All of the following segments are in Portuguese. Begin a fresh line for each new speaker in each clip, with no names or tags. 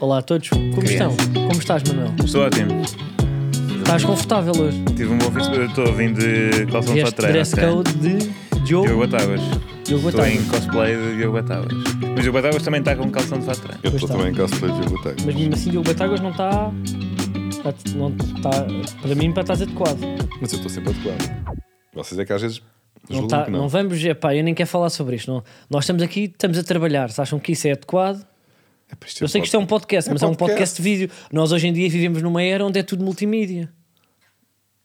Ah. a todos. Como estão? Como estás, Manuel?
Estou ótimo.
Estás confortável hoje?
Tive um bom fim de semana. Estou a vir de calção para
Este
trás.
dress code de
oh.
Diogo
Diogo.
Batavas.
Diogo
Estou em
Batavas.
cosplay de Diogo Batavas. Mas Diogo Batavas também está com calção de fato de trás.
Eu
Pois
estou
tá.
também em casa de biblioteca.
Mas mesmo assim, Diogo Batáguas não está. está- Não está, para mim, para estás adequado.
Mas eu estou sempre adequado. Vocês é que às vezes
Não,
julgam
tá,
que
não.
não.
vamos. Epá, eu nem quero falar sobre isto. Não. Nós estamos aqui, estamos a trabalhar. Se acham que isso é adequado?
É, pá, isto
Eu sei que isto é um podcast, mas é um podcast
podcast.
de vídeo. Nós hoje em dia vivemos numa era onde é tudo multimídia.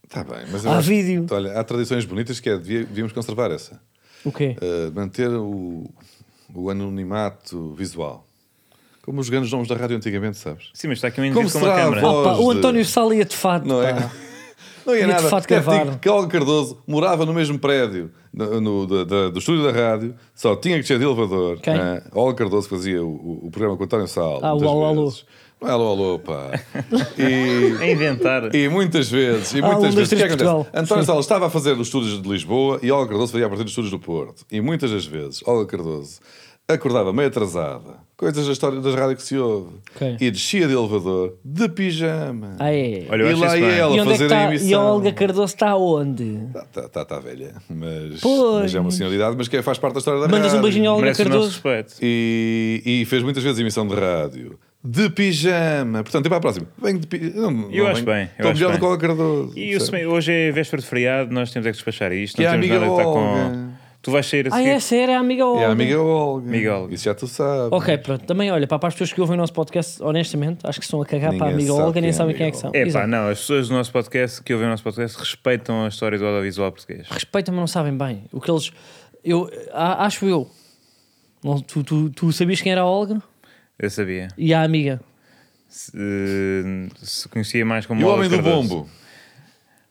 Está Tá bem, mas eu
Há
acho-
vídeo.
Olha, há tradições bonitas que é, devia- devíamos conservar essa.
O quê?
Uh, manter o, o anonimato visual. Como os grandes nomes da rádio antigamente, sabes?
Sim, mas está aqui um
Como
indivíduo com uma
será a
câmera.
voz?
Pá, o
de-
António Sala ia de fato.
Não é?
pá.
Não
Ia
é
de
nada.
fato
Quer dizer
gravar.
que Cláudio Cardoso morava no mesmo prédio no, no- da- da- do estúdio da rádio, só tinha que descer de elevador.
Quem?
né? Cláudio Cardoso fazia o- o, o programa com o António Sal.
Ah, o
muitas
Alô, Alô.
vezes. Não é alô, alô, pá. E,
A inventar.
E muitas vezes, e
Ah, um,
muitas
dois,
vezes, o que é
três,
que acontece?
Portugal.
António
Sim.
Sala estava a fazer os estúdios de Lisboa e Olga Cardoso fazia a partir dos estúdios do Porto. E muitas das vezes, Olga Cardoso acordava meio atrasada, coisas da história das rádios que se ouve,
Ok.
e descia de elevador de pijama.
Ah, é.
Olha, eu
e
acho isso
lá ia
bem.
ela
e onde é que
fazer a
está?
emissão.
E a Olga Cardoso está onde?
Está tá, tá, tá velha, mas,
Pois.
mas é uma senhora de idade, mas que faz parte da história da
Mandas um
rádio.
beijinho à Olga
Merece o nosso
Cardoso.
respeito.
E, e fez muitas vezes emissão de rádio. De pijama. Portanto, e para a próxima. Venho de pijama.
Eu acho bem, eu
Estou
acho
melhor do
bem.
que o Olga Cardoso.
E eu
percebe?
sei- hoje é véspera de feriado, nós temos é que despachar isto.
E
Não
a
temos
amiga
nada que estar com.
Olga?
Tu vais sair a
Ah,
seguir.
essa era a amiga Olga.
É a amiga Olga.
Amiga Olga.
Isso já tu sabes.
Ok, pronto. Também, olha, pá, para as pessoas que ouvem o nosso podcast, honestamente, acho que estão a cagar para a
Ninguém
amiga
sabe
Olga
quem
nem
é
sabem
a
quem é que
amiga
são.
É pá,
Exato.
não, as pessoas do nosso podcast, que ouvem o nosso podcast, respeitam a história do audiovisual português.
Respeitam, mas não sabem bem. O que eles. Eu, a- acho eu. Não, tu, tu, tu sabias quem era a Olga
Eu sabia.
e a amiga.
Se, eh, se conhecia mais como
E o
Olga
homem do
Cardoso.
bombo.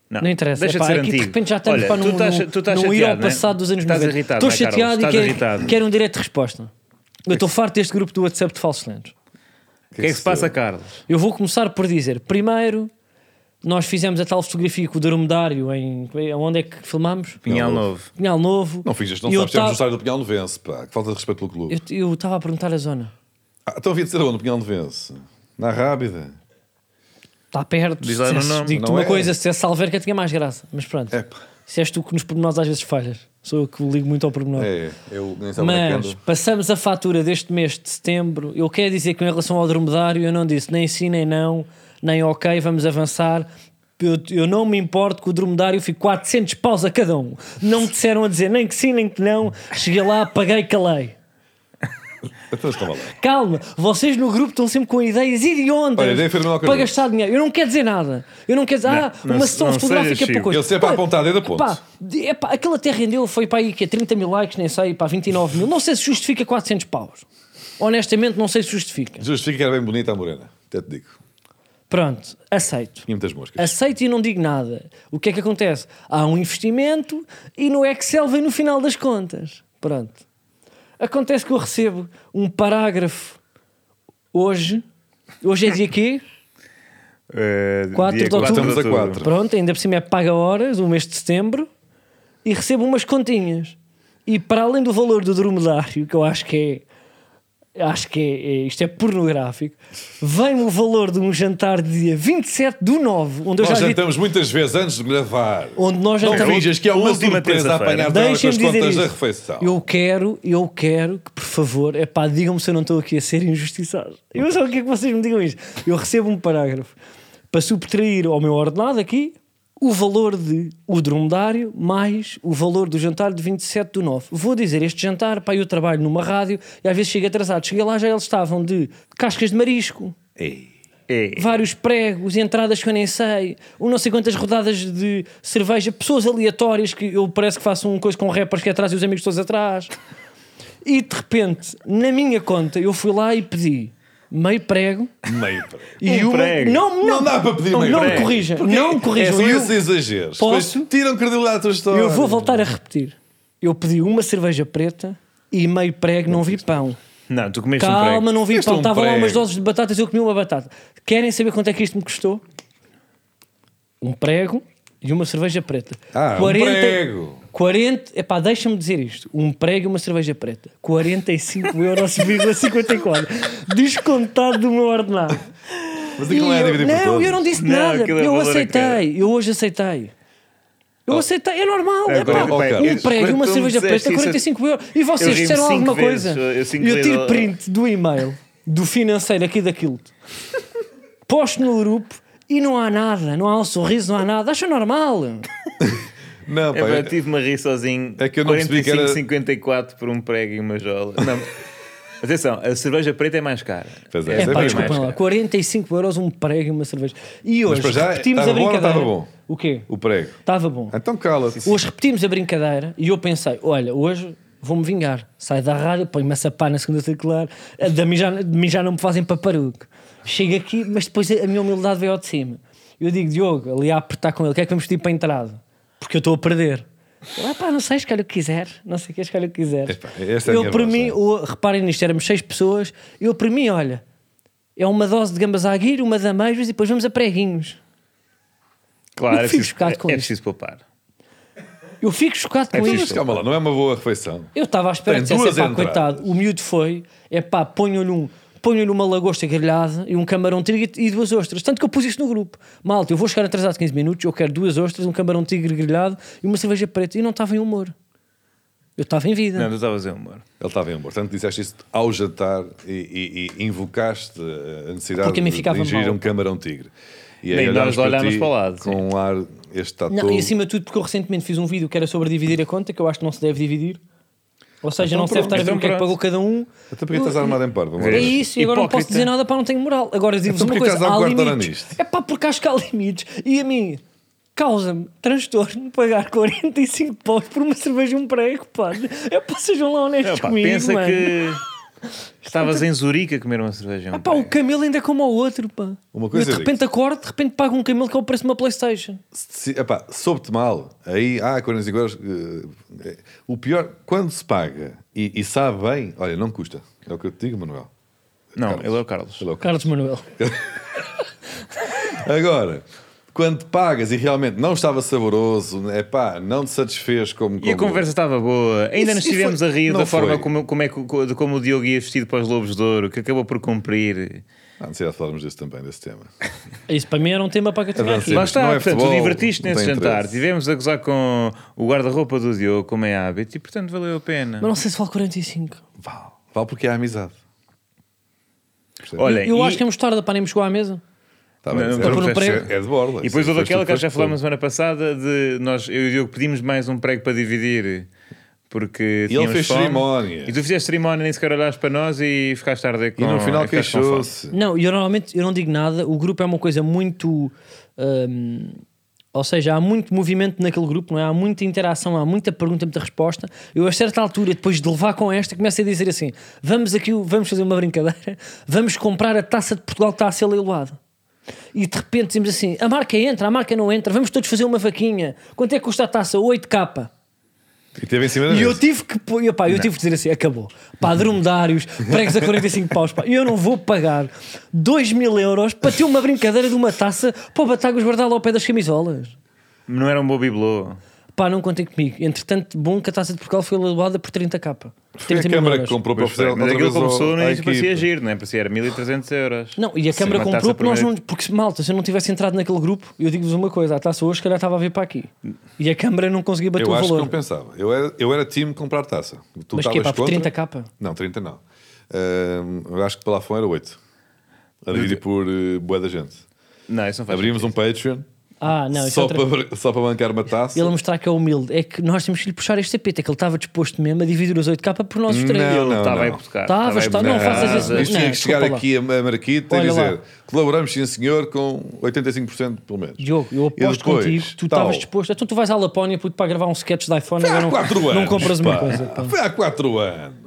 Não,
Não interessa.
Deixa
epá,
de ser
aqui
antigo.
de repente já estamos
Olha,
para
tu
não,
estás,
não-
tu estás
não ir
chateado,
ao passado
né?
dos anos
Estás
90.
irritado,
estou
né, Carlos?
chateado
Estás
e quero,
irritado.
quero um direto de resposta. Eu estou farto deste grupo do WhatsApp de falsos lentos.
O que é que se passa, Carlos?
Eu vou começar por dizer, primeiro, nós fizemos a tal fotografia com o dromedário em. Onde é que filmámos?
Pinhal
Não.
Novo.
Pinhal Novo.
Não finges, não
E eu
sabes. Temos
tava-
o estádio do Pinhal Novense, pá. Que falta de respeito pelo clube.
eu- Eu estava a perguntar a zona.
Ah, então havia de ser onde? o Pinhal Novense? Na Rábida?
Está Tá perto.
Diz lá
Se
no
és-
nome.
Digo-te
Não
uma
é?
coisa, se tivesse Alverca tinha mais graça. Mas pronto.
É, pá.
Se és tu que nos pormenores às vezes falhas. Sou eu que ligo muito ao pormenor.
É, eu nem sabe onde é que
Mas
ando.
passamos a fatura deste mês de setembro. Eu quero dizer que, em relação ao dromedário, eu não disse nem sim, nem não, nem ok, vamos avançar. Eu, eu não me importo que o dromedário fique 400 paus a cada um. Não me disseram a dizer nem que sim, nem que não. Cheguei lá, paguei, calei.
Então estava lá.
Calma, vocês no grupo estão sempre com ideias idiotas
Olha, ideia foi do Manuel
para
Cardoso.
gastar dinheiro. Eu não quero dizer nada. Eu não quero dizer, ah,
Não, não
uma
se-
sessão
não seja
fotográfica para
chico.
coisa.
Ele sempre a
Olha,
apontar dedo a ponto.
Pá, de- epá, aquilo até rendeu, foi para aí que 30 mil likes, nem sei, para 29 mil. Não sei se justifica 400 paus. Honestamente, não sei se justifica.
Justifica que era bem bonita a morena. Até te digo.
Pronto, aceito.
Tinha muitas moscas.
Aceito e não digo nada. O que é que acontece? Há um investimento e no Excel vem no final das contas. Pronto. Acontece que eu recebo um parágrafo hoje. Hoje é dia quê?
Eh,
Quatro
dia
de outubro.
quatro
Estamos a quatro.
Pronto, ainda por cima é paga horas, o mês de setembro, e recebo umas continhas. E para além do valor do dromedário, que eu acho que é. Acho que é, é- isto é pornográfico. Vem o valor de um jantar de dia 27 do 9, onde eu
Nós
já vi
jantamos muitas vezes antes de gravar.
Onde nós
Não
jantamos-
finjas que é uma
Última
surpresa a
terça-feira.
apanhar com Então, as
Deixem-me
contas
dizer
da
isto.
refeição.
Eu quero, eu quero que, por favor, é pá, digam-me se eu não estou aqui a ser injustiçado. Eu só quero que vocês me digam isto. Eu recebo um parágrafo para subtrair ao meu ordenado aqui o valor de o dromedário mais o valor do jantar de 27 do 9. Vou dizer este jantar, pá, eu trabalho numa rádio e às vezes chego atrasado. Cheguei lá, já eles estavam de cascas de marisco,
Ei.
É.
vários pregos, entradas que eu nem sei, um não sei quantas rodadas de cerveja, pessoas aleatórias que eu parece que faço uma coisa com rappers que é atrás e os amigos todos atrás. E de repente, na minha conta, eu fui lá e pedi meio prego
Meio prego.
e
Um
uma.
prego.
Não, não,
Não dá para pedir
não,
meio
não me
prego.
corrija,
Porque
não me corrija.
É só
eu,
esses exageros.
Posso?
Depois tiram credibilidade à tua história.
eu vou voltar a repetir. Eu pedi uma cerveja preta e meio prego, não vi pão.
Não, tu comeste um prego.
Calma, não vi
Este é
pão.
um
Estavam lá
prego.
umas doses de batatas, eu comi uma batata. Querem saber quanto é que isto me custou? Um prego e uma cerveja preta.
Ah, um prego.
40, epá, deixa-me dizer isto: um prego e uma cerveja preta, 45,54€, descontado do meu ordenado.
Mas aquilo não
E
é
eu-
dividido por
não,
todos.
eu não disse
Não,
nada,
aquilo é
eu
valor Oh. a
aceitei,
cara.
eu hoje aceitei. Eu aceitei, é normal, é,
Agora,
pá,
ok.
um prego e uma
Quando tu
cerveja
me disseste
preta,
isso,
45 euros. E vocês
eu ri-me
disseram
cinco
alguma
vezes,
coisa?
eu cinco
E eu tiro
vezes-
print do e-mail, do financeiro aqui daquilo, posto no grupo e não há nada, não há um sorriso, não há nada, acho normal.
Não, pá,
É, pá,
é-
eu tive-me a rir sozinho.
É que eu não percebi que era-
45,54 por um prego e uma jola. Não. Atenção, a cerveja preta é mais cara.
Pois é,
Essa
É
essa
pá,
bem
desculpem
mais
lá,
cara.
45 euros um prego e uma cerveja. E hoje
para já,
repetimos a
estava bom ou não
brincadeira.
estava bom?
O quê?
o prego.
Estava bom.
Então cala-te.
Hoje repetimos a brincadeira e eu pensei: olha, hoje vou-me vingar. Saio da rádio, ponho-me a sapar na segunda circular, a de mim já, de mim já não me fazem paparuco. Chego aqui, mas depois a minha humildade veio ao de cima. Eu digo: Diogo, ali a apertar com ele, o que é que vamos pedir para a entrada? Porque eu estou a perder. Ele, "Ah, pá, não sei, escolhe o que quiser. Não sei o que, escolhe o que quiser.
Epá, essa é a
eu,
minha
para
voz,
mim,
é.
o- reparem nisto, éramos seis pessoas. Eu, para mim, olha, é uma dose de gambas a aguir, uma de ameijos e depois vamos a preguinhos.
Claro,
Eu
é
fico
preciso,
chocado com
é
isto.
preciso poupar.
Eu fico chocado com
É
isto.
Mas calma lá, não é uma boa refeição.
Eu estava à espera
Tem
que dissesse,
duas
pá,
entradas."
coitado, o miúdo foi, é pá, ponho-lhe um, ponho-lhe uma lagosta grelhada e um camarão tigre e duas ostras. Tanto que eu pus isto no grupo. Malta, eu vou chegar atrasado 15 minutos, eu quero duas ostras, um camarão tigre grelhado e uma cerveja preta. E não estava em humor. Eu estava em vida.
Não, tu estavas a fazer humor.
Ele estava em amor. Portanto, disseste isso ao jantar e, e- e invocaste eh, a necessidade
Porque a mim
de,
ficava
de ingerir
mal.
um camarão tigre. E
Nem nós
olhámos
olhámos
ti
para o lado,
Com
sim.
um ar este tatu.
Não, e assim acima de tudo, porque eu recentemente fiz um vídeo que era sobre dividir a conta, que eu acho que não se deve dividir. Ou seja,
Então
não se deve estar
pronto,
a ver
então
o que é que
pronto.
pagou cada um.
Até porque Então estás armado em parvo.
É isso, e agora não posso
Hipócrita. um
dizer nada para não tenho moral. Agora digo-vos
Então
uma
porquê
coisa:
estás a
há
guardar
limites.
nisto?
É pá, porque acho que há limites. E a mim, causa-me transtorno pagar 45 paus por uma cerveja e um prego, pá. É pá, sejam lá
É,
honestos
pá,
comigo,
pensa
mano.
que estavas em Zurique a comer uma cerveja. e um
Ah, pá, o
prego.
camelo ainda é como o outro, pá.
Uma coisa
Eu de
eu
repente acordo, de repente pago um camelo que é o preço de uma Playstation.
Se- epá, soube-te mal, aí ah, há 45 euros. eh, eh, o pior, quando se paga e, e sabe bem, olha, não custa. É o que eu te digo, Manuel.
Não,
Carlos.
ele é o Carlos.
Ele é o c****.
Carlos Manuel.
Agora, quando pagas e realmente não estava saboroso, é pá, não te satisfez como.
E a
como-
conversa estava boa. Ainda
Isso-
nos
isso
estivemos
foi-
a rir
não
da
foi.
forma como, como, é, que- de como o Diogo ia vestido para os Lobos de Ouro, que acabou por cumprir.
Há necessidade de falarmos desse também, desse tema.
Isso para mim era um tema para que eu tinha
Avança.
aqui.
Lá
Mas
está,
não é
portanto,
futebol,
tu divertiste
não
nesse
tem
jantar.
interesse.
Tivemos a gozar com o guarda-roupa do Diogo, como é hábito, e portanto valeu a pena.
Mas não sei se vale 45.
Vale, vale porque é amizade. Percebe?
Olha,
Eu
e-
acho que é mostarda para nem me chegou à mesa.
Está bem,
não, tá
isso
não,
é-
não,
isso
não,
é,
prego.
é de borla.
E depois houve aquela que
já
já falámos semana passada de nós, eu e o Diogo pedimos mais um prego para dividir porque
E ele
tínhamos
fez
fome.
cerimónia.
E tu fizeste cerimónia, nem sequer olhaste para nós e ficaste tarde com
E no final
e ficaste com fome.
queixou-se.
Não, e eu normalmente eu não digo nada. O grupo é uma coisa muito. hum, ou seja, há muito movimento naquele grupo, não é? Há muita interação, há muita pergunta, muita resposta. Eu, a certa altura, depois de levar com esta, começo a dizer assim: vamos aqui, vamos fazer uma brincadeira, vamos comprar a taça de Portugal que está a ser leiloada. E de repente dizemos assim: a marca entra, a marca não entra, vamos todos fazer uma vaquinha. Quanto é que custa a taça? 8K.
E teve em cima da
E
mesa.
eu tive que pô- e, pá, eu tive que dizer assim: acabou. Pá, dromedários, pregos a 45 paus. Pá, eu não vou pagar 2 mil euros para ter uma brincadeira de uma taça para o Batagos guardar lá ao pé das camisolas.
Não era um bom bibelô.
Pá, não contem comigo. Entretanto, bom que a taça de Portugal foi leiloada por 30 k
Foi a Câmara é que comprou para
Mas
oferecer outra
aquilo
vez ao-
começou no
à
início
equipa.
parecia giro, não é? Parecia era 1300 euros.
Não, e a
Sim,
Câmara
uma
comprou
taça
porque nós
primeira-
não. Porque, malta, se eu não tivesse entrado naquele grupo, eu digo-vos uma coisa: a taça hoje, se calhar, estava a vir para aqui. E a Câmara não conseguia bater
Eu
o
acho que
valor.
compensava. Eu era, eu era time comprar taça. Tu
Mas que é
estavas
pá, por
contra?
30 capa?
Não, 30 não. Ahm, eu acho que pela fome era 8. A dividir por uh, boa da gente.
Não, isso não faz
Abrimos um Patreon
Ah, não, isso é
só,
outra-
para, só para bancar uma taça.
Ele a mostrar que é humilde. É que nós temos que lhe puxar este apito. É que ele estava disposto mesmo a dividir os 8K por nós os três.
Não,
Ele
não,
estava
não.
aí a buscar.
Estava,
estava aí a
estava-
buscar.
não faças isso.
Ah,
Isto
não,
tinha que chegar
desculpa lá.
aqui a a Marquita e
Olha
dizer:
lá.
colaboramos, sim senhor, com 85% pelo menos.
Diogo, eu
E
aposto
depois,
contigo que tu
tal.
estavas disposto. Então tu vais à Lapónia puto, para gravar um sketch de iPhone.
Foi
agora
há
não,
4 anos.
não compras uma
pá.
coisa. pá.
Foi há 4 anos.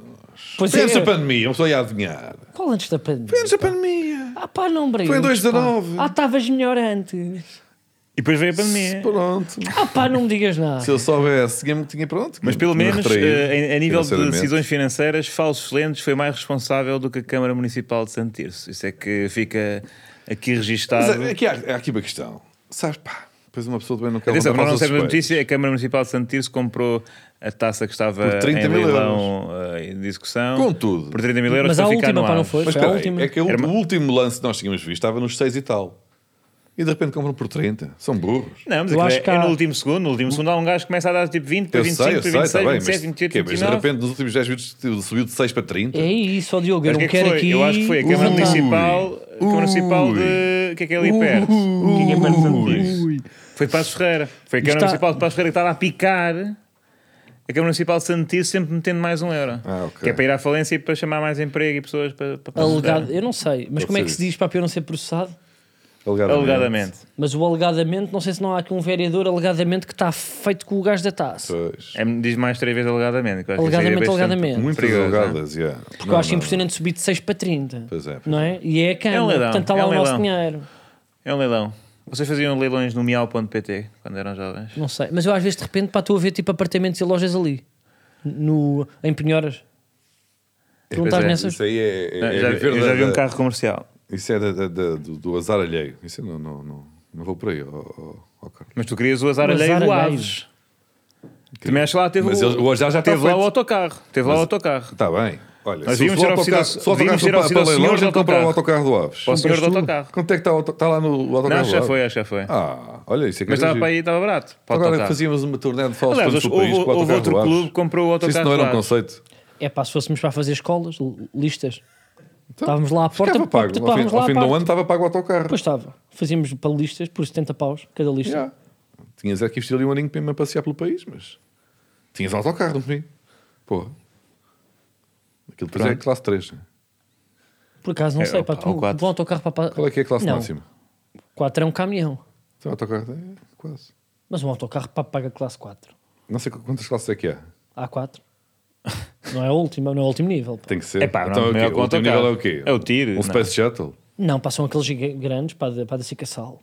Pois
Foi antes
é,
da pandemia, uma pessoa ia adivinhar.
qual antes da pandemia?
Foi antes da pandemia.
Ah pá, não brinques.
Foi em 2019.
2019. Ah, estavas melhor antes.
E depois veio a pandemia.
Pronto.
Ah pá, não me digas nada.
Se eu soubesse, tinha-me tinha pronto.
Mas pelo
Me
menos,
retraí,
eh, a, a nível de
financeiramente.
decisões financeiras, Falsos Lentes foi mais responsável do que a Câmara Municipal de Santirso. Isso é que fica aqui
Mas
registado.
é- aqui há, há aqui uma questão. Sabes, pá, Depois uma pessoa também não quer
Atenção,
levantar
para não
falsas
sermos a
suspeitas.
notícia, a Câmara Municipal de Santo Tirso comprou a taça que estava
Por 30
em
mil
leilão eh, em discussão.
Contudo.
Por 30 mil euros
Mas
para
a
ficar
última,
no
pá, não
auge.
foi?
Mas
Foi a
espera
última.
aí, é que o
Era uma-
último lance que nós tínhamos visto estava nos 6 e tal. E de repente compram por 30. São burros.
Não, mas
Eu
aquilo
acho
é,
que
é
há-
no último segundo. No último segundo há um gajo que começa a dar tipo 20 para
Eu
25,
sei, eu
para
sei,
26,
está bem.
27,
Mas,
28,
quê,
29.
mas de repente nos últimos 10 minutos subiu de 6 para 30.
É isso, ó Diogo, eu
Mas
não
o que é que
quero
foi?
aqui. um
Eu acho que foi a Câmara
levantar-
Ui.
Municipal, a Câmara
Ui.
Municipal de. O que é que é ali perto?
é
Tinha perto de Santo Tirso.
Ui.
Foi Passos Ferreira. Foi a
Isto
Câmara
está-
Municipal de Passos Ferreira que estava a picar. A Câmara Municipal de Santo Tirso sempre metendo mais um euro.
Ah, ok.
Que é para ir à falência e para chamar mais emprego e pessoas para, para Passos
Alegado,
Ferreira.
eu não sei, mas como é que
ser
se diz para eu não ser processado?
Alegadamente.
Alegadamente.
Mas o alegadamente, não sei se não há aqui um vereador alegadamente que está feito com o gajo da taça.
Pois.
É, diz mais três vezes alegadamente. que eu acho que isso aí é
Alegadamente,
bastante-
alegadamente.
Muitas
Perigoso, é?
alegadas, yeah.
Porque eu acho impressionante subir de 6 para 30.
Pois é, pois
não é? E é a Câmara,
É um leilão,
portanto está
é
lá
um
o nosso
leilão.
dinheiro.
É um leilão. Vocês faziam leilões no miau.pt quando eram jovens?
Não sei, mas eu às vezes de repente pá, estou a ver tipo apartamentos e lojas ali, no, em Penhoras. Tu não
Pois
estás
é,
nessas?
Isso aí é. é-
Não,
é
já-
viver
eu já
da-
vi um
da-
carro comercial.
Isso é da- da- da- do, do azar alheio. Isso eu não, não, não, não vou por aí, ó, ó, ó, Carlos.
Mas tu querias o azar
O
alheio
azar
do
alheio.
Aves. Também acho que lá teve
Mas eles- o azar já está
teve lá
feito.
o autocarro. Teve lá o autocarro.
Está Tá bem. Olha,
Nós
se
devíamos
for
ter
para
oferecido
o autocarro-
ao-
se for
devíamos ter
autocarro
oferecido ao
para leilão,
senhor
a gente
do
comprava
autocarro.
o um autocarro do Aves.
Para o senhor do
tu?
autocarro.
Quanto é que está, o auto- está lá no autocarro
Não,
do
acho que já
Aves?
foi, acho que já foi.
é Ah, olha, isso é que
Mas
era
estava para aí,
giro.
estava barato. Para o
Agora
autocarro.
fazíamos uma turnê de falsos
Aliás,
tours pelo
houve-
país com o
houve
autocarro
outro
do Aves.
clube que comprou o
Se isso
autocarro
não era um
do Aves.
conceito.
É pá, se fôssemos para fazer escolas, l- listas,
Então,
estávamos lá à porta,
Ficava é pago. Ao
estávamos
fim-
lá
Ao
à
fim do
porta.
ano estava pago o autocarro.
Pois estava, fazíamos para listas por 70 paus, cada lista.
Já. Tinhas aqui vestir ali um aninho para mesmo a passear pelo país, mas tinhas um autocarro no fim. Porra. Aquilo depois é
Pronto.
classe 3.
Por acaso não
É,
sei,
opa,
pá, tu
ou quatro.
vão autocarro para- para.
Qual é que é a classe
não,
máxima?
4 é um caminhão,
Então, autocarro é quase.
mas um autocarro pá, paga classe 4.
Não sei qu- quantas classes é que há.
Há 4. Não é o último, não é o último nível. pá.
Tem que ser.
É pá, não,
então, é o
melhor
quê?
que
O
o
último
autocarro.
nível é o quê?
É o tiro,
Um
não.
Space Shuttle?
Não, passam aqueles giga- grandes para a da- para a da Cicassal.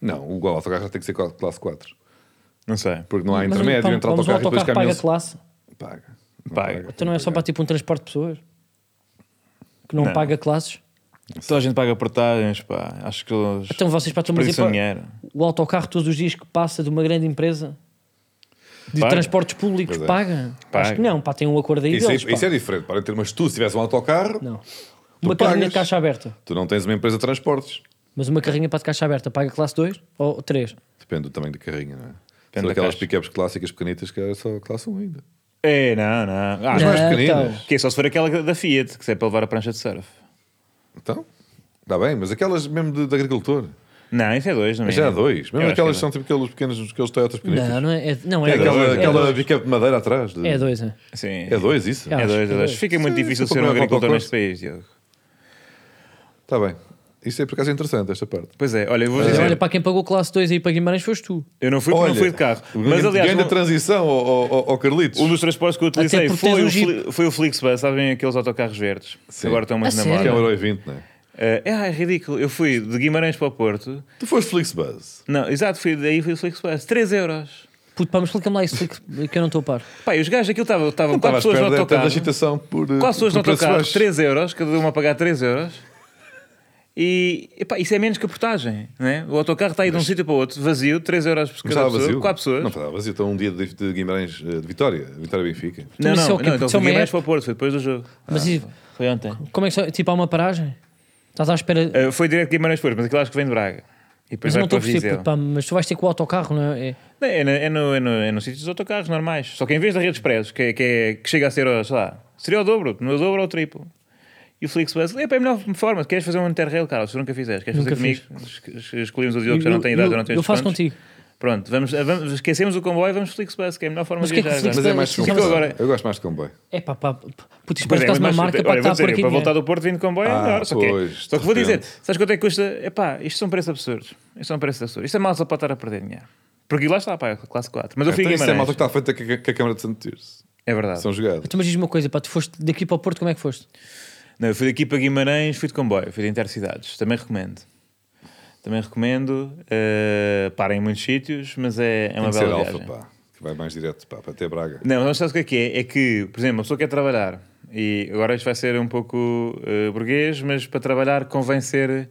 Não, o autocarro tem que ser cla- classe 4.
Não sei.
Porque não há
Mas
Ah, intermédio
vamos-
entre
vamos
autocarro e
um
depois
autocarro
caminhão.
paga classe.
Paga. Não
Paga.
Então não é só para tipo um transporte de pessoas que não,
Não.
paga classes.
Toda a gente paga portagens, pá. Acho que eles.
Então vocês para estão a
Desperdiçam
dizer
é dinheiro.
pá, o autocarro todos os dias que passa de uma grande empresa de
Paga.
transportes públicos
Pois é.
paga.
Paga.
Acho que não, pá, tem um acordo aí
Isso, é,
deles. pá.
isso é diferente. Para ter, mas tu, se tivesse um autocarro,
Não. Uma
pagas.
carrinha de caixa aberta.
tu não tens uma empresa de transportes.
Mas uma carrinha para de caixa aberta paga classe 2 ou 3?
Depende do tamanho da carrinha, não é?
Depende
São
da
aquelas
caixa.
pick-ups clássicas pequenitas que era só classe 1 ainda.
É, não, não. Ah,
As
não.
mais
então.
pequeninas.
Que é só se for aquela da Fiat, que se é para levar a prancha de surf.
Então, está bem, mas aquelas mesmo de, de agricultor.
Não, isso é dois, não é?
Mas já há dois.
Eu
Mesmo
acho
aquelas
que é
que são tipo aqueles pequenos, aqueles Toyotas pequenitos.
Não, não é. é- não, é,
É aquela,
dois, é
aquela
dois.
pick-up de madeira atrás. de-
É 2, é.
Sim.
É dois,
É.
isso?
É dois,
Acho
é
que
dois.
é.
Fica muito
Sim,
difícil
se
ser um
comprar
agricultor
qualquer
neste país, Diogo.
Está Tá bem. Isso é por acaso interessante, esta parte.
Pois é, olha, eu vou
Mas
dizer,
olha, para quem pagou classe 2 aí para Guimarães foste tu.
eu não fui porque não fui de carro. Mas
ganho-
aliás,
ganho da
um,
transição ao, ao, ao- ao Carlitos.
um dos transportes que eu utilizei
porque tens
foi
um
o,
Jeep.
Fli- foi o Flixbus, sabem aqueles autocarros verdes?
Sim.
Agora estão umas
A
na
sério?
Que é um
moda.
Euro 20, não é?
Eh, é, ah, é ridículo. Eu fui de Guimarães para o Porto.
Tu foste Flixbus.
Não, exato, fui, daí fui o Flixbus. 3 euros.
Puto, pá, mas explica-me lá isso é que que eu não estou a par.
Pá, e os gajos, aquilo estavam estavam
Estava à
quatro tá pessoas no
espera da, da
autocarro.
agitação por. eh,
Quatro pessoas
por
no
preço
autocarro,
baixo.
3 euros, cada uma a pagar 3 euros. E epá, isso é menos que a portagem, né? O autocarro está aí de um sítio para o outro, vazio, 3 euros por
Mas
cada
estava
pessoa,
vazio.
4 pessoas.
Não estava vazio. Então um dia de, de Guimarães, eh, de Vitória, Vitória Benfica.
Não,
Mas
não,
isso é o quê?
não, então
Isso é
foi
uma
Guimarães
app?
para o Porto, foi depois do jogo. Ah.
Mas e-
Foi ontem.
como é que só, tipo, há uma paragem? Estás à espera.
Ah, foi direto de Guimarães para o Porto, mas aquilo acho que vem de Braga. E
mas
depois
eu não
vai é
estou
para o
a perceber,
Viseu.
puto, pá, mas tu vais ter com o autocarro, não é? É-
Não, É, no, é, no, é, no, é no sítio dos autocarros normais. Só que em vez da rede expresso, que, é- que, é- que chega a ser, sei lá, seria o dobro, no dobro ou o triplo. E o Flixbus, é para a melhor forma, queres fazer um interrail, Carlos, tu nunca fizeste, queres
Nunca
fazer comigo? Es- Escolhemos o Diogo, que já não tem idade, já não tem
eu faço
descontos.
contigo.
Pronto, vamos, eh, vamos, esquecemos o comboio e vamos Flixbus, que é a melhor forma
Mas o
de
que é que o
viajar. agora.
Mas é mais de
Ficou
comboio.
agora-
Eu gosto mais de comboio.
É pá, pá, pá, puto, isto
Pois
parece
é,
quase uma
mas-
marca
olha,
para
vou
estar um
dizer,
por aqui. né?
Para voltar
dinheiro.
do Porto vindo de comboio é
Ah,
melhor. Só que,
pois,
só que vou dizer,
depende.
sabes quanto é que custa? Epá, isto é são preços absurdos. Isto são preços absurdos. Isto é malta para estar a perder dinheiro. Porque lá está, pá, é classe 4. Mas eu fui
Então,
em
isso é a malta
Guimarães.
que está feita com a- com a Câmara de Santo Tirso.
É verdade.
São jogadas.
Tu me diz Então, uma coisa, pá, tu foste daqui para o Porto, como é que foste?
Não, eu fui daqui para Guimarães, fui de comboio, fui de Intercidades. Também recomendo. Também recomendo. Uh, para em muitos sítios, mas é, é
Tem
uma
que ser
bela
alfa,
viagem.
pá. Que vai mais direto, pá, para até Braga.
Não, mas sabes o que é que é? É que, por exemplo, a pessoa quer trabalhar e agora isto vai ser um pouco eh, burguês, mas para trabalhar convém ser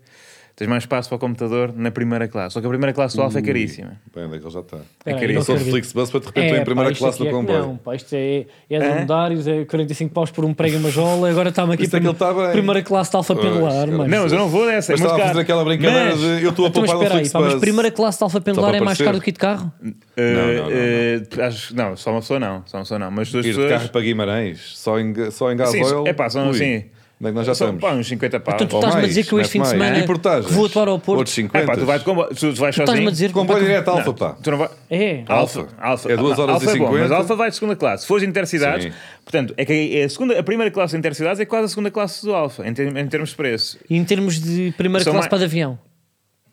Tens mais espaço para o computador na primeira classe. Só que a primeira classe do Alfa é caríssima.
Bem, onde é que ele já está?
É
Espera aí,
caríssimo.
Passou de
acredito.
Flixbus para de repente estou em primeira
pá, isto
classe
aqui
no
é que Não,
comboio.
pá, isto é, é de andários, é 45 paus por um prego e uma jola, agora está-me aqui
Isto é que
prim-
ele está bem.
primeira classe de alfa
Pois,
pendular,
cara,
mano.
Não, mas eu não vou dessa.
Mas
é muito
estava a
caro.
fazer aquela brincadeira
Mas,
de eu estou
Então,
a
mas
poupar no
espera aí, pá, mas
Flixbus.
primeira classe de alfa pendular
para
é mais
aparecer.
caro do que de carro?
eh,
Não, não, não,
eh, acho- não, só uma pessoa não. Só uma pessoa não. Mas as duas
Ir de
pessoas.
carro para Guimarães, só em, só em
Sim,
gasoil.
é pá, são
Ui,
assim.
Onde é que nós já
são,
estamos? tá-
pá, uns 50 pau.
Então tu
Ou
estás-me a
mais,
dizer que eu este
mete
fim de
mais.
semana
E portagens?
que vou atuar ao Porto.
Outros
É
50.
pá, tu vais de combo- tu- tu vais sozinho.
Estás-me a dizer que
Comboio
vai-
direto Alfa, tá.
Não,
pá.
Tu não vai...
É.
Alfa,
Alfa.
Alfa.
É duas horas
Alfa
e
É bom, mas
50.
Alfa vai de segunda classe. Se fores intercidades,
Sim.
portanto, é que a, segunda, a primeira classe de intercidades é quase a segunda classe do Alfa, em, ter- em termos de preço.
E em termos de primeira
São
classe
mais-
para de avião?
Não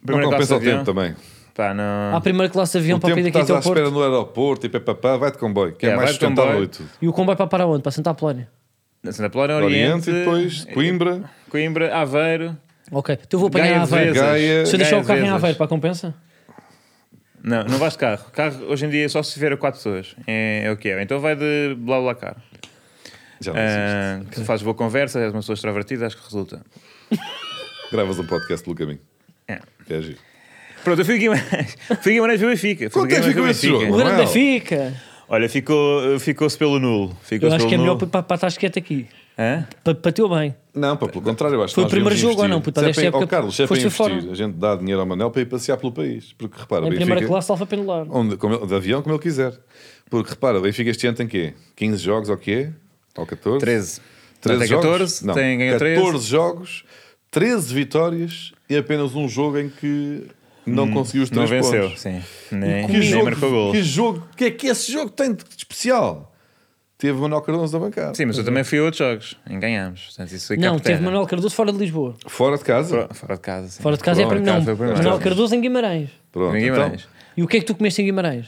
Primeira
compensa o
de avião,
tempo também.
Pá, não.
Há primeira classe de avião
Ah. O
para
tempo
vir
que
daqui
estás
até
à
ao
espera
um Porto.
no aeroporto e papapá, vai de comboio, que é
É,
mais
vai de comboio.
sustentável e tudo.
E o comboio para para onde? Para Santa Apolónia.
Na Santa Polónia, Oriente,
Oriente e depois
é-
Coimbra,
Coimbra, Aveiro.
Ok, então eu vou apanhar
Gaia
a Aveiro.
Vezes.
Gaia-
Se eu deixar
Gaia
o carro em
Vezes.
Aveiro, para compensa?
Não, não vais de carro. Carro hoje em dia é só se tiver a 4 pessoas. É, é o que é. Então vai de blá blá carro.
já não existe.
Ah, que fazes boa conversa, és uma pessoa extrovertida, acho que resulta.
Gravas um podcast pelo caminho.
É.
É giro.
Pronto, eu fui a Guimarães. Fui a Guimarães ver o Benfica. Fui a
Quanto é que
Guimarães ver
ficou
o
esse
Benfica.
O
jogo? Não é,
grande
ó.
fica.
Olha, ficou- ficou-se pelo nulo.
Eu
Ficou-se
acho
pelo
que é melhor
nulo.
para, para estar quieto aqui.
Hã?
Pa- Bateu bem.
Não, pá, pelo contrário, eu acho
Foi o
que nós
primeiro
devíamos
jogo ou não,
investir.
puta,
Se é
desta
para-
época
ó, Carlos, se é para
foste
investir,
fora.
a gente dá dinheiro ao Manel para ir passear pelo país. Porque repara,
Em
Benfica,
primeira classe, alfa pendular.
onde, como ele- de avião como ele quiser. Porque repara, o Benfica este ano tem quê? 15 jogos ou quê? Ou 14?
13.
13
Tem
jogos?
14,
Não,
é tem ganho 13.
14 jogos, 13 vitórias e apenas um jogo em que não conseguiu os
Hum, Não
3
venceu,
pontos.
sim. Nem,
Que
nem
jogo,
marcou gol.
que jogo, que é que esse jogo tem de especial? Teve Manuel Cardoso na bancada.
Sim, mas eu também fui a outros jogos. Em ganhámos. Portanto,
é
isso foi
Não,
capitana.
teve Manuel Cardoso fora de Lisboa.
Fora de casa.
Fora- Fora de casa, sim.
Fora de casa é
Fora
para
de
Não,
casa, pronto.
Manuel Cardoso em Guimarães.
Pronto,
Em
então,
Guimarães.
E o que é que tu comeste em Guimarães?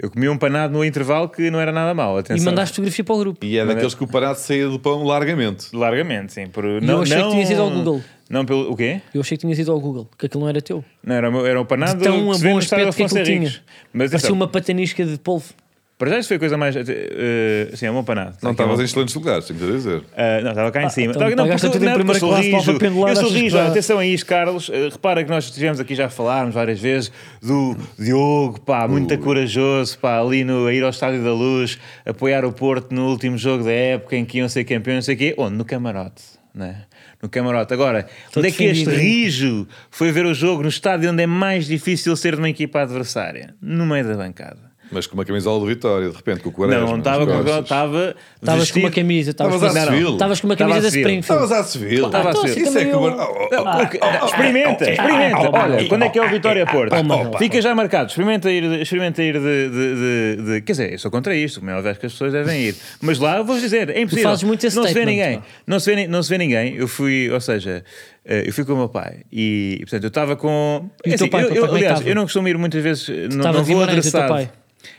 Eu comi um panado no intervalo que não era nada mau.
E
Atenção.
mandaste fotografia para o grupo.
e é daqueles que o Parado saía do pão largamente.
Largamente, sim. Por...
eu achei que tinhas ido ao Google.
Não pelo... O quê?
Eu achei que tinhas ido ao Google, que aquilo não era teu.
Não, era, o meu- era o panado
De tão
que
a
se vê
bom
no estádio
aspecto que
Afonso
aquilo
Henriques.
tinha.
Mas
Parecia
atenção,
uma patanisca de polvo.
para já isso foi a coisa mais... eh, eh, sim, é um bom panado.
Não
Sim, que é
estavas
bom.
em excelentes lugares, tenho que te dizer.
Ah, não, estava cá em cima.
então
Estava- não,
pagaste
porque-
tudo em
não, porque
primeira
eu
classe,
sou
estava
rijo.
pendulado,
Eu sou
achas que
rijo,
está-
atenção a isto, Carlos. Ah, repara que nós estivemos aqui já a falarmos várias vezes do Diogo, pá, muito corajoso, pá, ali no, a ir ao Estádio da Luz, apoiar o Porto no último jogo da época em que iam ser campeões, não sei o quê. Onde? No camarote, né? No camarote. Agora,
Estou
onde é que este
defendido, hein?
rijo foi ver o jogo no estádio onde é mais difícil ser de uma equipa adversária? No meio da bancada.
Mas com uma camisola do Vitória, de repente, com o Quaresma.
Não, não estava
nas
com.
costas.
Estava.
Estavas com
vestido-
uma camisa, estavas
Estavas
com-
à
Não, não.
civil.
Estavas com uma
Estavas
camisa da
à civil.
Springfield.
Estavas à civil.
Estava à
então,
civil.
assim,
Isso é
também
que o
eu-
Bar- Oh, oh,
Ah, ok. Não, Experimenta,
ah,
experimenta.
ah,
Olha,
ah,
quando é que é o Vitória Porto?
ah, Manuel.
Fica já marcado. Experimenta ir, experimenta ir de, de- de- de- Quer dizer, eu sou contra isto. Como é óbvio que as pessoas devem ir. Mas lá, eu vou dizer, é impossível.
fazes muito esse
não se vê
statement,
ninguém.
pá.
Não se vê, ni- não se vê ninguém. Eu fui, ou seja, eh, eu fui com o meu pai. E, portanto, eu estava com. assim,
E o teu pai,
eu,
para onde
eu,
é que
aliás,
estava?
eu não costumo ir muitas vezes. Não,
estava
não
de
vou
Guimarães, o teu
adressado.
pai?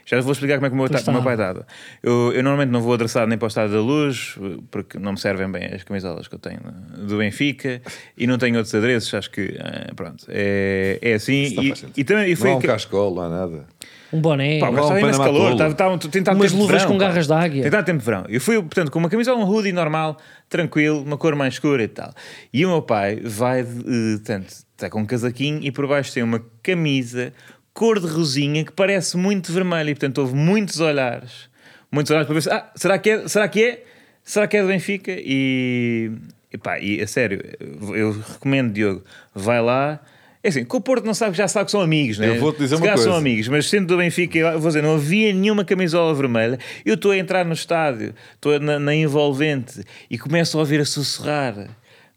Já vos explicar como é que o meu, ta-
Pois
o meu
tá.
pai dava. Eu, eu normalmente não vou adressado nem para o Estado da Luz, porque não me servem bem as camisolas que eu tenho do Benfica e não tenho outros adereços, acho que. ah, pronto, é, é assim.
Isso não
E,
faz sentido.
e também e
Não
foi.
há um
que-
cascol, não há nada.
Um boné.
Pá, mas
há um
estava imenso
Panamá
calor,
tolo.
estava, estava, tentava
Umas
tempo de
luvas
verão,
com
pá.
garras de águia.
Tentava tempo de verão. Eu fui, portanto, com uma camisola, um hoodie normal, tranquilo, uma cor mais escura e tal. E o meu pai vai, de, eh, portanto, está com um casaquinho e por baixo tem uma camisa cor de rosinha que parece muito vermelha e, portanto, houve muitos olhares. Muitos olhares para ver se, ah, será que é? Será que é? Será que é do Benfica? E, e pá, e a sério, eu- eu recomendo, Diogo, vai lá. É assim, com o Porto não sabe, já sabe que são amigos, né?
Eu vou-te dizer
Se
uma
calhar são
coisa.
amigos, mas sendo do Benfica, eu vou dizer, não havia nenhuma camisola vermelha. Eu estou a entrar no estádio, estou na, na envolvente e começo a ouvir a sussurrar.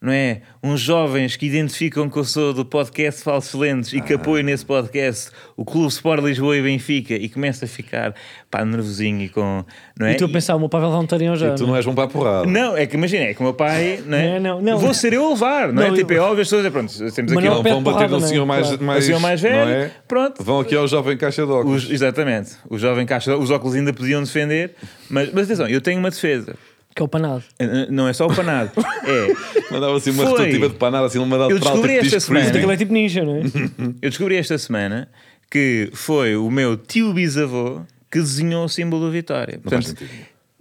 Não é? Uns jovens que identificam que eu sou do podcast Falsos Lentes e
Ah.
que apoio nesse podcast o Clube Sport Lisboa e Benfica e começo a ficar pá, nervosinho e com. Não é?
E tu a pensar, o meu pai vai levar um tarinho já.
E
é?
tu não és bom para a porrada.
Não, é que imagina, é que o meu pai. Não, é?
É, não, não.
Vou ser eu a levar, não, é?
Não,
Tipo,
eu-
é óbvio, as pessoas. é, Pronto, temos
Mas
aqui
não
Não
pede
vão bater
porrada,
no
não é?
senhor mais,
Claro.
mais,
O Um senhor mais
não
velho,
é?
pronto.
Vão aqui ao jovem caixa de óculos.
Os- exatamente. Os jovens caixa, os óculos ainda podiam defender, mas, mas atenção, eu tenho uma defesa.
Que é o panado.
N- Não é só o panado. É.
Mandava assim uma
Foi.
rotativa de panada, assim, uma dada
Eu
de prata,
descobri
tipo
esta
disco Frisbee.
semana.
Aquilo é tipo ninja, não é?
Eu descobri esta semana que foi o meu tio bisavô que desenhou o símbolo do Vitória.
Faz
Portanto,
sentido.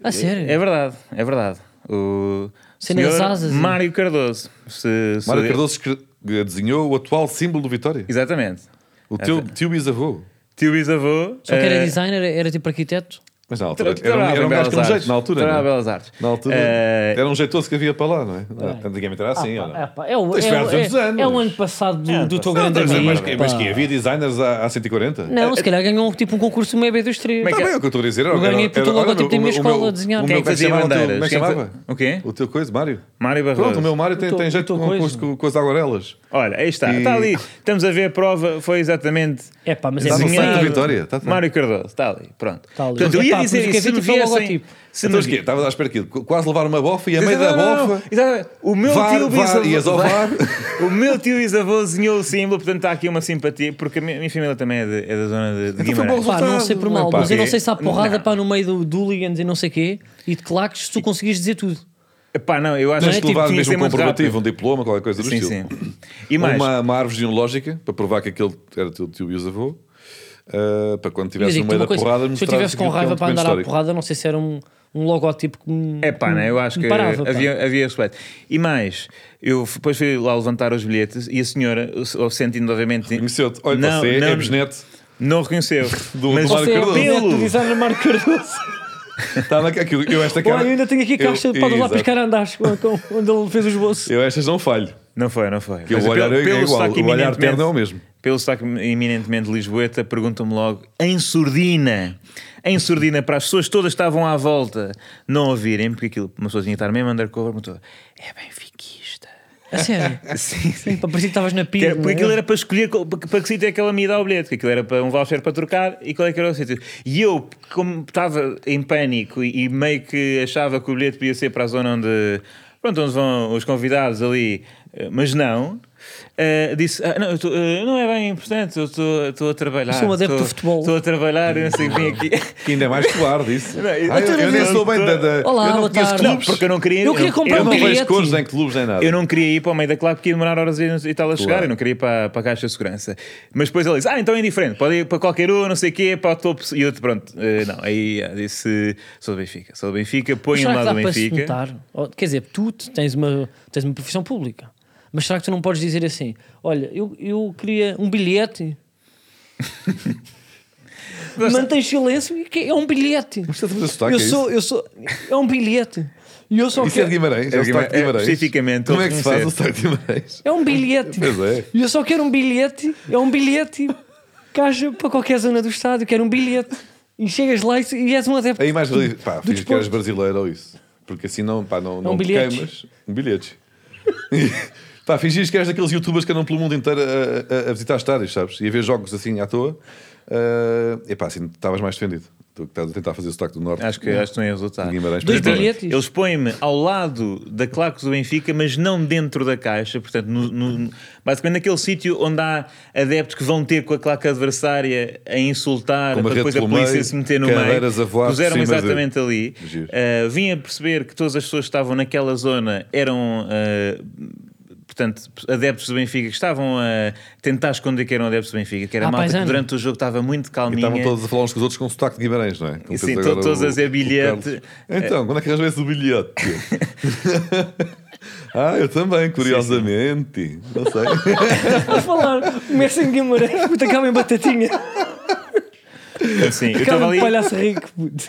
Ah,
A sério.
é verdade, é verdade. O
Cenas
senhor
asas, é?
Mário Cardoso. Se, se-
Mário Cardoso escre- eh, desenhou o atual símbolo do Vitória.
Exatamente.
O
É
teu tio bisavô.
Tio bisavô.
Só que
eh,
é.
era designer, era tipo arquiteto.
Mas na altura
tra-
era, um-
trabalhava
era um
em
gajo
Belas
com um
Artes.
jeito, na altura.
Trabalhava
não é?
em Belas Artes.
Na altura
Eh,
era um jeitoso que havia para lá, não é? Antigamente era assim,
Ah,
ou
pá,
não?
é, pá, é o,
Isto
é,
foi há
o-
200
é- é o
anos.
ano passado do, do teu
Não,
grande
mas,
amigo.
mas, que- mas
pá.
que é havia designers há, há 140?
Não, se calhar ganhou tipo um concurso meio B23.
Mas
Está
que-
bem, é o que eu estou a dizer. Era,
Eu ganhei
era-
puto
era-
logotipo da
olha,
minha
o meu-
escola
o meu-
desenhado.
o
Quem é
meu-
que fazia
como é que chamava o teu-
bandeiras? Quem é que
Como é que chamava?
fa- O quê?
O teu coisa, Mário?
Mário Barroso.
Pronto, o meu Mário tem,
O teu-
tem
o
jeito
teu
com, com,
coisa.
os- com, com as aguarelas.
Olha, aí está.
E-
Está ali. Estamos a ver a prova. Foi exatamente.
É pá, mas é
Está no
desenhado.
site da Vitória. Está, está.
Mário Cardoso. Está ali. Pronto.
Está ali.
Portanto, eu
Mas,
ia
epá,
dizer
mas o que é
isso. Se me
vítima é o
viessem.
logotipo.
Se
Então,
me
mas quê?
vi-
Estava à espera aquilo. Qu- Quase levar uma bofa e a meio da
Não, não, não.
bofa.
Exatamente. O meu
Var,
tio é
var,
bisavô.
ias ao var.
O meu tio bisavô desenhou o símbolo, portanto está aqui uma simpatia, porque a minha, minha família também é, de- é da zona de, de
Então foi
Guimarães.
bom.
Pá, não sei por mal,
Epá,
mas eu não
é-
sei se há porrada
não.
pá, no meio do, do hooligans e não sei quê e de claques se tu conseguires dizer tudo.
Pá, não, eu acho
Tens
que
de
tipo,
levar
tinha que
mesmo
ser
um
muito
comprovativo, um
rápido.
diploma, qualquer coisa do
Sim,
estilo.
sim. E mais,
Uma, uma árvore genealógica para provar que aquele era teu tio bisavô. Uh, para quando
Eu
estivesse no
digo-te
meio
uma
da
coisa,
porrada,
se eu
mostrares
estivesse com
aquilo que é um
raiva para andar
documento
à
histórico.
porrada, não sei se era um, um logotipo que me.
É pá,
que
né?
me-
eu acho
me
que
parava, pá.
havia, havia respeito. E mais, eu f- depois fui lá levantar os bilhetes e a senhora, o- o- sentindo obviamente.
Conheceu-te. Olha, você é bisneto.
Não reconheceu.
Do-
mas
do Mário
Você é o
Cardoso.
pelo do
pelo.
designer Marco Cardoso.
Estava aqui, aqui, Tá, eu esta cara.
Olha, eu ainda tenho aqui a caixa
eu,
para os lápis
exato.
carandás com, com, onde ele fez os bolsos.
Eu estas não falho.
Não foi, não foi.
Que o olhar é igual, o olhar
eminentemente-
terno é o mesmo.
Pelo sotaque eminentemente lisboeta, perguntam-me logo, em surdina, em surdina, para as pessoas todas que estavam à volta não ouvirem, porque aquilo, uma pessoa tinha que estar mesmo undercover, perguntou, é benfiquista.
A sério.
Sim, sim.
Pá, parecia que estavas na é?
Que
pia.
era- porque aquilo era para escolher qual- para que- para que sítio é que ela me ia dar o bilhete, que aquilo era para um voucher para trocar e qual é que era o sítio. E eu, como estava em pânico e, e meio que achava que o bilhete podia ser para a zona onde, pronto, onde vão os convidados ali, eh, mas não, eh, disse: "Ah, não, eu estou, eh, não é bem importante, eu estou estou a trabalhar.
Sou um adepto
estou-
do futebol."
Estou a trabalhar, eu não sei o que vim aqui.
Que ainda é mais covarde isso.
Não, eu-
Ah, eu, eu nem sou bem da. da-
Olá,
eu não
boa
conheço
tarde.
Não,
clubes.
porque eu não queria.
Ah, Eu queria comprar
Eu
um
não vejo
bilhete.
cores nem clubes nem nada.
Eu não queria ir para o meio da clave porque ia demorar horas e e tal a chegar. Eu não queria ir para, para a caixa de segurança. Mas depois ele disse: Ah, então é indiferente, pode ir para qualquer um, não sei o quê, para o topo. E eu, pronto, eh, não. Aí eh, disse: Sou do Benfica, sou do Benfica,
Mas
ponham
será que
lá
dá
do
para se
Benfica.
notar? Ou, Quer dizer, tu te- tens uma, tens uma profissão pública. Mas será que tu não podes dizer assim? Olha, eu, eu queria um bilhete. Mantém silêncio e que- é um bilhete.
Mas está a fazer sotaque,
Eu
é
sou, eu sou. É um bilhete. E eu só
Isso é
quero.
de Guimarães, é o
É
sotaque de Guimarães.
especificamente,
Como é que se faz o
reconhecer.
sotaque de Guimarães?
É um bilhete.
Pois é.
E eu só quero um bilhete. É um bilhete. Caixa para qualquer zona do estado. Eu quero um bilhete. E chegas lá e, e és um adepto.
Aí mais reli- pá, fiz que
desporto. É
eras brasileiro ou isso. Porque assim não, pá, não, não te
bilhete.
queimas. Um bilhete. E, pá, fingias que eras daqueles youtubers que andam pelo mundo inteiro a, a- a visitar estádios, sabes? E a ver jogos assim à toa. e pá, assim estavas mais defendido. Tu que estás a tentar fazer o sotaque do norte.
Acho que, acho que não ia resultar.
Guimarães,
Dois
Então,
bilhetes.
Eles põem-me ao lado da claque do Benfica, mas não dentro da caixa, portanto, no, no- basicamente naquele sítio onde há adeptos que vão ter com a claque adversária a insultar,
Com uma
para
rede
depois a
pelo
polícia
meio,
se meter no
cadeiras a
meio.
voar por
Puseram-me
cima de-
exatamente ali.
Giro.
Uh, vim a perceber que todas as pessoas que estavam naquela zona eram. uh, Portanto, adeptos do Benfica que estavam a tentar esconder que eram adeptos do Benfica, que era
Ah,
a malta que
paisano.
durante o jogo estava muito
E
calminha.
estavam todos a falar uns com os outros com sotaque de Guimarães, não é? Como
Sim,
fez
to-
agora
todos
o-
a dizer
o
bilhete.
Carlos. Então, quando é que arranjas o bilhete? ah, eu também, curiosamente. Não sei.
A falar, começa em Guimarães, puta cá em batatinha.
Sim, Assim, eu
Cara,
estava
um
ali.
palhaço rico, puto.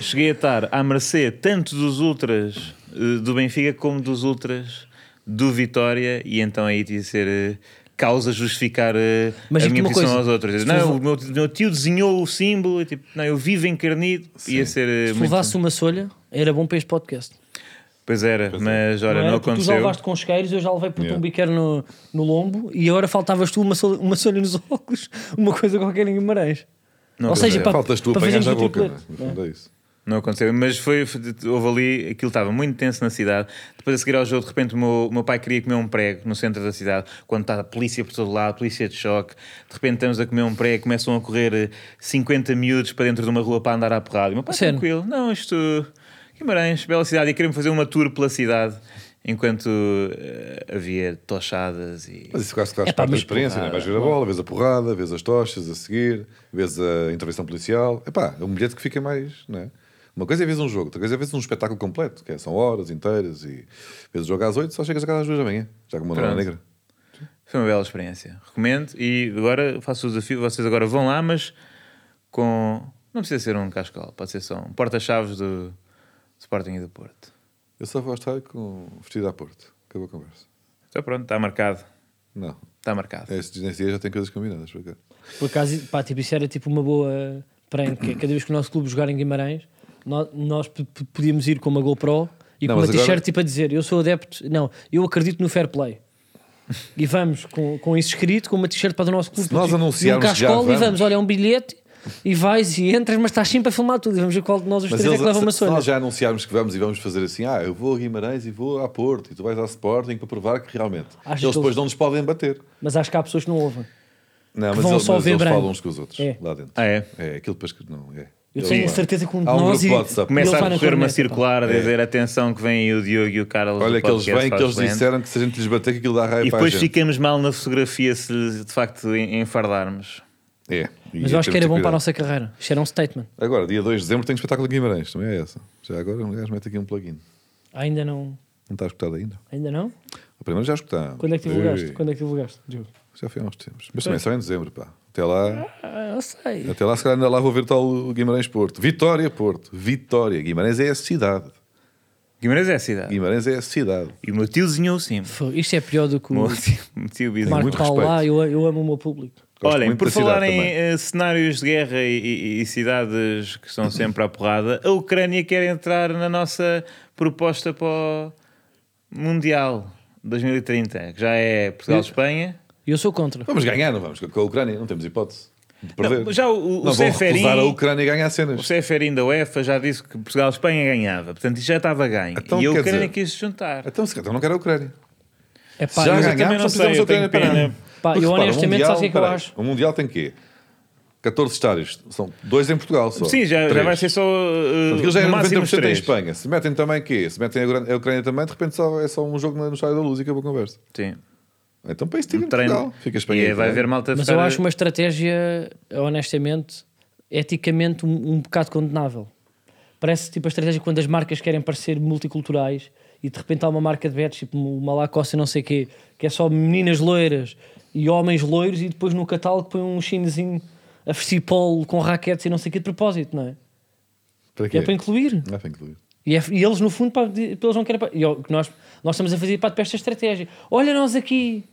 Cheguei a estar à mercê tanto dos ultras eh, do Benfica como dos ultras do Vitória, e então aí tinha de ser eh, causa justificar eh,
Mas
a
digo-te
minha
uma
posição
coisa,
aos outros. Dizer,
se
Não,
leva-
o meu, meu tio desenhou o símbolo, e tipo, não, eu vivo encarnido, ia ser. eh,
Se
muito-
levasse uma solha, era bom para este podcast.
Pois era, mas olha,
Não era? Porque tu
não,
já
aconteceu.
levaste com os queiros, eu já levei por
Yeah.
um biqueiro no, no lombo e agora faltavas tu uma, sol, uma solha nos óculos, uma coisa qualquer em Guimarães.
Não
Ou seja,
aconteceu.
para,
Faltas É, tu
para
apanhas
fazermos
na
o
tipo
boca,
triplete.
não é? No fundo é isso.
Não aconteceu, mas foi, foi- houve ali, aquilo estava muito tenso na cidade. Depois a seguir ao jogo, de repente, o meu, o meu pai queria comer um prego no centro da cidade, quando está a polícia por todo lado, polícia de choque. De repente estamos a comer um prego, começam a correr eh, 50 miúdos para dentro de uma rua para andar à porrada. E o meu pai,
Sério?
tranquilo, não, isto. Guimarães, bela cidade, e queriam fazer uma tour pela cidade enquanto eh, havia tochadas e.
Mas isso quase faz
É pá,
parte da
mas
experiência, não é? Vais ver a bola, vês a porrada, vês as tochas a seguir, vês a intervenção policial. Epá, é um bilhete que fica mais, não é? Uma coisa é vez um jogo, outra coisa é vez um espetáculo completo, que é, são horas inteiras e vês o jogo às 8, só chegas a casa às 2 da manhã, já com uma nona
Pronto.
negra.
Foi uma bela experiência. Recomendo. E agora faço o desafio. Vocês agora vão lá, mas com. Não precisa ser um cascal, pode ser só um porta-chaves do Sporting e do Porto.
Eu só vou estar com vestido à Porto. Acabou a conversa.
Está Então pronto, está marcado.
Não, É
Está marcado.
estes nesse dia já tem coisas combinadas para cá.
Por acaso, pá, tipo, isso era tipo uma boa prank. Cada vez que o nosso clube jogar em Guimarães, nó- nós p- p- podíamos ir com uma GoPro e
Não,
com uma
mas agora-
t-shirt tipo a dizer: Eu sou adepto, não, eu acredito no fair play. E vamos com, com isso escrito, com uma t-shirt para o nosso clube.
Se nós
e
anunciarmos
um
já,
cascola e
vamos.
vamos, olha, é um bilhete e vais e entras, mas estás sempre a filmar tudo. E vamos ver qual de nós os
Mas
três é que leva uma
se, se
sonha.
nós já anunciarmos que vamos e vamos fazer assim, ah, eu vou a Guimarães e vou à Porto e tu vais à Sporting para provar que realmente.
Achas
eles
que
depois
eles-
não nos podem bater.
Mas acho que há pessoas que não ouvem.
Não, mas
vão
eles,
só
mas
ver
eles
branco.
falam uns com os outros
É.
lá dentro.
Ah, é?
É, aquilo depois que não é.
Eu
Eles
tenho a
lá-
certeza que um de
Há um
nós
grupo
e
de WhatsApp.
e ele
Começa
vai
a
na
correr uma
corneta, pá.
circular a dizer atenção que vem aí o Diogo e o Carlos.
É. Olha
do
que eles
podcast
vêm, que eles
Faz Lento.
disseram que se a gente lhes bater, que aquilo dá raio
E
para a
depois
gente.
ficamos mal na fotografia se de facto en- enfardarmos.
É. E
Mas eu acho
temos
que era bom para
ter
a
cuidado.
nossa carreira. Isto era um statement.
Agora, dia 2 de dezembro tem um espetáculo de Guimarães, também é essa. Já agora um gajo mete aqui um plugin.
Ainda não.
Não está escutado ainda?
Ainda não?
O primeiro já escutámos.
Quando é que
Ei,
divulgaste? Quando é que divulgaste? Diogo?
Já foi há uns tempos. Mas também só em dezembro, pá. Até lá,
Ah, não sei.
até lá se calhar ainda lá vou ver tal Guimarães Porto. Vitória Porto. Vitória. Guimarães é a cidade.
Guimarães é a cidade.
Guimarães é a cidade.
E o meu tio desenhou sempre.
Foi- Isto é pior do que
O meu
o
tio- o meu tio Bismarck.
Marco
muito
Paulo
respeito.
lá. Eu, eu amo o meu público.
Gosto
Olhem,
muito
por
da cidade
falar em
também.
eh, cenários de guerra e, e- e cidades que estão sempre à porrada, a Ucrânia quer entrar na nossa proposta para o Mundial 2030, que já é Portugal-Espanha.
E eu sou contra.
Vamos ganhar, não vamos? Com a Ucrânia, não temos hipótese de perder.
já o- o- o
não vão
Seferin-
recusar a Ucrânia a ganhar
O
cenas.
Seferin da UEFA já disse que Portugal-Espanha ganhava, portanto isto já estava ganho.
Então,
e a
quer
Ucrânia
dizer-
quis se juntar.
Então, se calhar, então não quero a Ucrânia.
É pá,
já
eu-
também
ganhámos,
não
só
sei, eu
precisamos da Ucrânia
tenho
para
pena.
nada.
Pá,
Porque,
eu
repara, o
honestamente,
Mundial-
sabes o que é que eu
peraí,
acho?
O Mundial tem quê? 14 estádios. São dois em Portugal só.
Sim, já, já
Três.
vai ser só eh,
Portanto, Aquilo já é
no máximo
90% em
três.
Espanha. Se metem também quê? Se metem a Ucrânia- a Ucrânia também, de repente só, é só um jogo no estádio da luz e acabou a conversa.
Sim.
Então para isso tem
Um treino.
Portugal. Fica a Espanha.
E
aí,
vai
não é?
haver malta
mas eu
ficar-
acho uma estratégia, honestamente, eticamente um, um bocado condenável. Parece tipo a estratégia quando as marcas querem parecer multiculturais e de repente há uma marca de betos, tipo uma Lacoste e não sei o quê, que é só meninas loiras e homens loiros e depois no catálogo põe um chinesinho a vestir polo com raquetes e não sei o quê de propósito, não é?
Para
É para
quê?
incluir.
Não é para incluir.
E, é- e eles, no fundo, pá, de- eles não querem. pá, e é o que nós, nós estamos a fazer parte para esta estratégia. Olha, nós aqui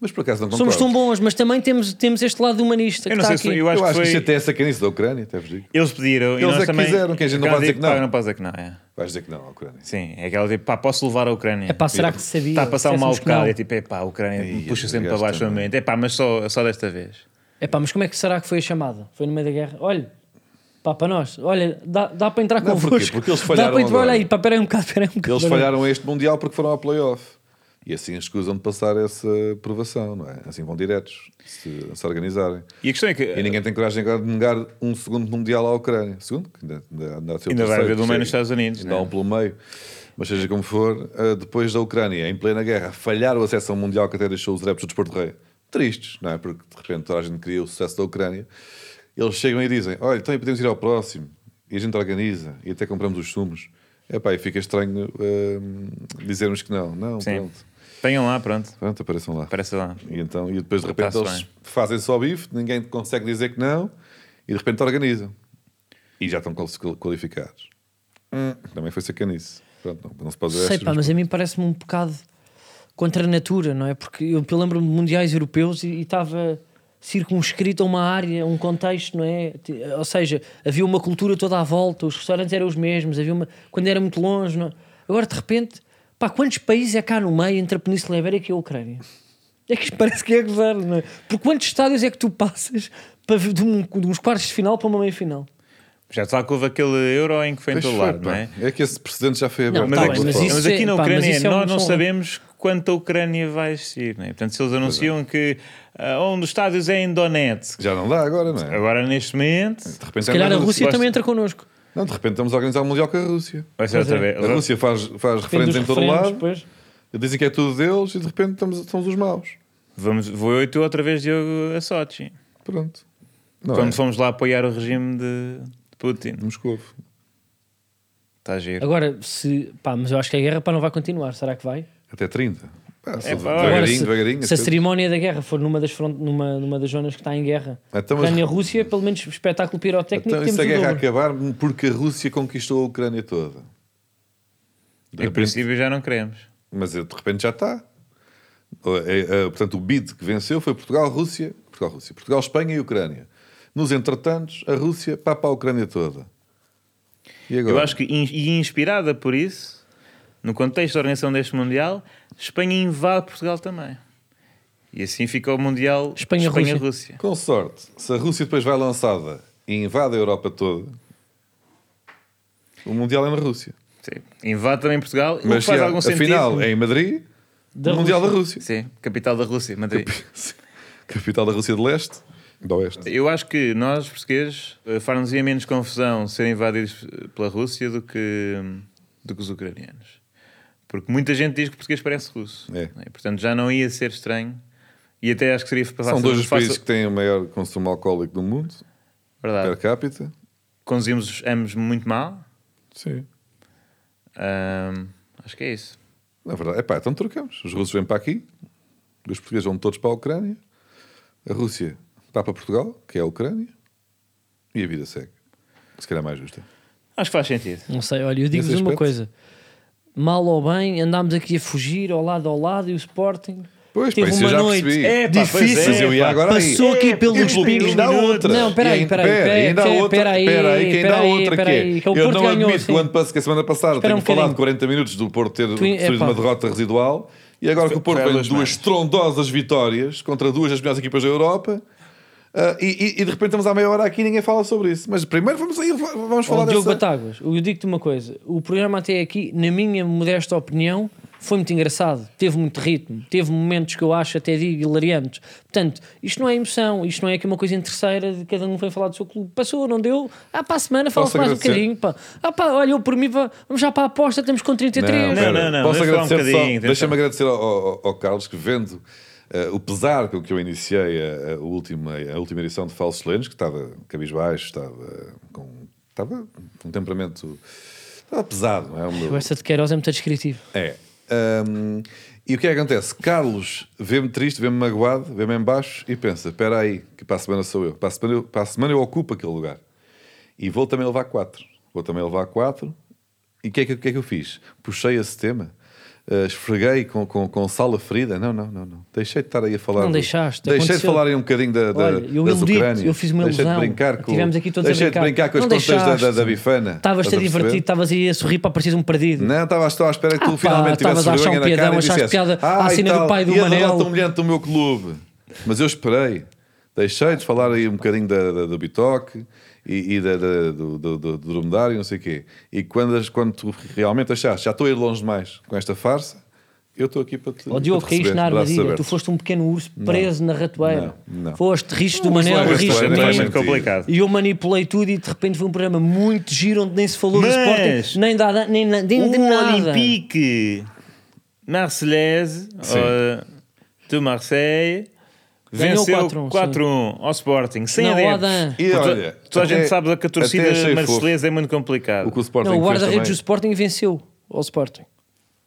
Mas por acaso não
somos
concordo.
tão bons, mas também temos, temos este lado humanista. Que
Eu não
está
sei se
aqui.
eu
Eu
acho, que
acho que
foi...
isto até é sacanice da Ucrânia, até vos digo.
Eles pediram e
Eles
nós
é que
também...
quiseram, que a gente não pode dizer que não.
Pá, não pode dizer que não, é.
Vais dizer que não à Ucrânia.
Sim, é aquela tipo, pá, posso levar a Ucrânia.
É pá, será que se sabia?
Está
Tá
a passar um mau
Dissessemos que não.
bocado e é tipo, é pá, a Ucrânia
Ih,
puxa
os
sempre para
gajos
baixo a
também.
mente. É pá, mas só, só desta vez.
É pá, mas como é que será que foi a chamada? Foi no meio da guerra? Olha, pá, para nós, olha, dá, dá para entrar
Não, porquê?
convosco.
Porque eles
dá
falharam
para entrar, olha
agora.
aí, pá, peraí um bocado, peraí um bocado.
Eles falharam este Mundial porque foram ao playoff. E assim escusam de passar essa provação, não é? Assim vão diretos, se, se organizarem.
E a questão é que
E ninguém tem coragem agora de negar um segundo Mundial à Ucrânia. Segundo? Que ainda, ainda, ainda, há de ser o
ainda vai
terceiro,
haver do meio nos
terceiro.
Estados Unidos.
Dá
não é?
um pelo meio. Mas seja como for, eh, depois da Ucrânia, em plena guerra, falhar o acesso ao Mundial que até deixou os adeptos do Desporto Rei tristes, não é? Porque de repente toda a gente queria o sucesso da Ucrânia. Eles chegam e dizem: Olha, então podemos ir ao próximo. E a gente organiza e até compramos os sumos. Epá, e fica estranho eh, dizermos que não. Não,
Sim.
pronto.
Tenham lá, pronto.
Pronto, apareçam lá.
Parece lá.
E, então, e depois de repente
Tá-se
eles
bem.
fazem só bife, ninguém consegue dizer que não, e de repente organizam. E já estão qual- qualificados. Hum, Também foi sacanice. Pronto, não, não se pode ver
Sei
estas,
pá, mas a mim parece-me um bocado contra a natura, não é? Porque eu, eu lembro-me de mundiais europeus e e estava circunscrito a uma área, a um contexto, não é? Ti- Ou seja, havia uma cultura toda à volta, os restaurantes eram os mesmos, havia uma... quando era muito longe, não é? Agora, de repente, pá, quantos países é cá no meio entre a Península Ibérica e a Ucrânia? É que isto parece que é gozar, não é? Por quantos estádios é que tu passas para, ver- de, um- de uns quartos de final para uma meia-final?
Já está que houve aquele euro em que foi em
Pois
todo
foi,
lado,
pá.
não é?
É que esse precedente já foi aberto.
Mas
de
tá
é
outra
bem, mas
forma.
isso
mas aqui
é-
na
pá, mas
Ucrânia
isso é um-
nós não
são-
sabemos quanto a Ucrânia vai existir. Não é? Portanto, se eles anunciam que ah, um dos estádios é em Donetsk,
Já não dá agora, não é?
agora neste momento
De repente,
Se calhar a
também-
Rússia
gosto.
também entra connosco.
Não, de repente estamos a organizar o Mundial com a Rússia.
vai ser outra
é.
vez.
A Rússia faz, faz referentes em todo o lado,
Depois.
dizem que é tudo deles, e de repente estamos, somos os maus.
Vamos, vou eu e tu outra vez, Diogo, a Sochi.
Pronto. Não
Quando
é?
fomos lá apoiar o regime de de Putin.
De Moscovo.
Está giro.
Agora, se. Pá, mas eu acho que a guerra pá, não vai continuar. Será que vai?
Até 30. Pá, se-
É, pá,
devagarinho,
Agora, se,
devagarinho.
se a
as coisas-
cerimónia da guerra for numa das, front, numa, numa das zonas que está em guerra,
Então, mas-
Ucrânia-Rússia, pelo menos espetáculo pirotécnico,
Então, e
É temos
se a
o
guerra
dobro.
acabar porque a Rússia conquistou a Ucrânia toda?
Em
De repente-
princípio já não queremos.
mas de repente já está. Ou, é, é, Portanto, o bid que venceu foi Portugal-Rússia, Portugal-Rússia, Portugal-Espanha e Ucrânia. Nos entretantos, a Rússia papa a Ucrânia toda. E agora?
Eu acho que, in- e inspirada por isso, no contexto da organização deste Mundial, Espanha invade Portugal também. E assim fica o Mundial
Espanha-Rússia.
Espanha-Rússia.
Com sorte, se a Rússia depois vai lançada e invade a Europa toda, o Mundial é na Rússia.
Sim. Invade também Portugal, o que
Mas
faz
se há-
algum sentido.
afinal, é em Madrid,
Da
o Mundial da Rússia.
Sim, capital da Rússia, Madrid.
Capital da Rússia de Leste, do Oeste.
Eu acho que nós, portugueses, eh, far-nos-ia menos confusão ser invadidos eh, pela Rússia do que, do que os ucranianos. Porque muita gente diz que o português parece russo.
É.
né? Portanto, já não ia ser estranho. E até acho que seria fácil.
São dois dos
fácil-
países que têm o maior consumo alcoólico do mundo,
Verdade.
per capita.
Conduzimos ambos muito mal.
Sim.
Ahm, acho que é isso.
Na verdade, epá, então trocamos. Os russos vêm para aqui, os portugueses vão todos para a Ucrânia, a Rússia está para Portugal, que é a Ucrânia, e a vida segue. Se calhar mais justa.
Acho que faz sentido.
Não sei, olha, eu digo-vos
Nesse
uma
aspecto.
coisa. Mal ou bem, andámos aqui a fugir ao lado ao lado e o Sporting
Pois,
teve
pá, isso eu
uma
já
noite
percebi. É,
pá, pois
difícil.
Mas eu ia agora aí.
Passou aqui
É,
pelos
pelo
pingos.
menos
ainda há outra.
Não, peraí, peraí,
Pera,
peraí,
ainda há
peraí,
outra.
peraí,
Pera aí, que ainda há
peraí,
outra que
peraí,
é.
que o
Eu
Porto
não
ganhou,
admito que o
sim.
ano passado, que a semana passada,
Espera um
tenho falado
bocadinho.
40 minutos do Porto ter
Tu- é,
sofrido
pá.
uma derrota residual e agora que o Porto
foi há
vem
duas
de duas
semanas.
estrondosas vitórias contra duas das melhores equipas da Europa. ah, e, e- e de repente estamos à meia hora aqui e ninguém fala sobre isso. Mas primeiro vamos, aí, vamos falar
Ó, Oh, Diogo
dessa...
Batáguas, eu digo-te uma coisa: o programa até aqui, na minha modesta opinião, foi muito engraçado, teve muito ritmo, teve momentos que eu acho até digo hilariantes. Portanto, isto não é emoção, isto não é aqui uma coisa em terceira de cada um vem falar do seu clube. Passou, não deu? Ah, para a semana fala-se
Posso
mais um
agradecer?
bocadinho. Pá. Ah, pá, olha, eu por mim vá- vamos já para a aposta, estamos com 33.
Não,
pera.
não, não,
Posso
deixa falar um
agradecer só-
bocadinho,
Deixa-me agradecer ao, ao- ao Carlos que vendo eh, o pesar com que eu iniciei a, a última, a última edição de Falsos Lenos, que estava cabisbaixo, estava com estava com um temperamento estava pesado, não é? O meu-
Essa de Queiroz é muito descritivo.
é. Ahm, e o que é que acontece? Carlos vê-me triste, vê-me magoado, vê-me em baixo e pensa: espera aí, que para a semana sou eu. Para a semana, eu. para a semana eu ocupo aquele lugar. E vou também levar quatro. Vou também levar quatro. E o que, é que, o que é que eu fiz? Puxei esse tema. Ah, esfreguei com, com, com sala ferida. Não, não, não, não. Deixei de estar aí a falar.
Não
do-
deixaste,
Deixei de
aconteceu.
falar aí um bocadinho da, da,
Olha, eu
das
iludi-te,
Ucrânias.
eu fiz uma
Deixei
ilusão.
de brincar com,
Tivemos aqui todos a
deixei de
brincar.
brincar com as
Não
contas da, da,
deixaste.
da bifana.
Estavas-te a
Estás perceber?
divertir, estavas aí a sorrir para parecias um perdido.
Não, estava só à espera que
Ah,
tu
pá,
finalmente tivesses
estavas a achar
vergonha
um
na cara
piadão,
e
achaste
dissesse,
piada à
ah, e
cena do
tal,
pai do
e a
Manel."
derrota humilhante do meu clube. Mas eu esperei. Deixei de falar aí um bocadinho da, da- do Bitoque e, e da, da- do, do, do, do dromedário e não sei o quê. E quando, as- quando tu realmente achaste, já estou a ir longe demais com esta farsa, eu estou aqui para te
Ó Diogo,
para te receber,
caíste na
braços
armadilha, tu
abertos.
foste um pequeno urso preso na ratoeira.
não, não.
Foste, riste do
urso
Manel,
na ratoeira,
riste
Isto é
de
não faz
mim.
totalmente
sentido.
complicado.
E eu manipulei tudo e de repente foi um programa muito giro onde nem se falou
Mas-
do Sporting, nem da, da- nem, na- nem de
O
nada.
Um Olympique Marseillaise ou, eh, de Marseille
Ganhou
venceu
4-1, sim.
4-1 ao Sporting sem
Não,
adeptos.
Adam.
E
Portanto,
olha,
toda a gente
até-
sabe que a torcida
até achei
marcelesa é muito
O
complicado.
que o Sporting
Não, o
fez
guarda-redes do
também-
Sporting venceu ao Sporting.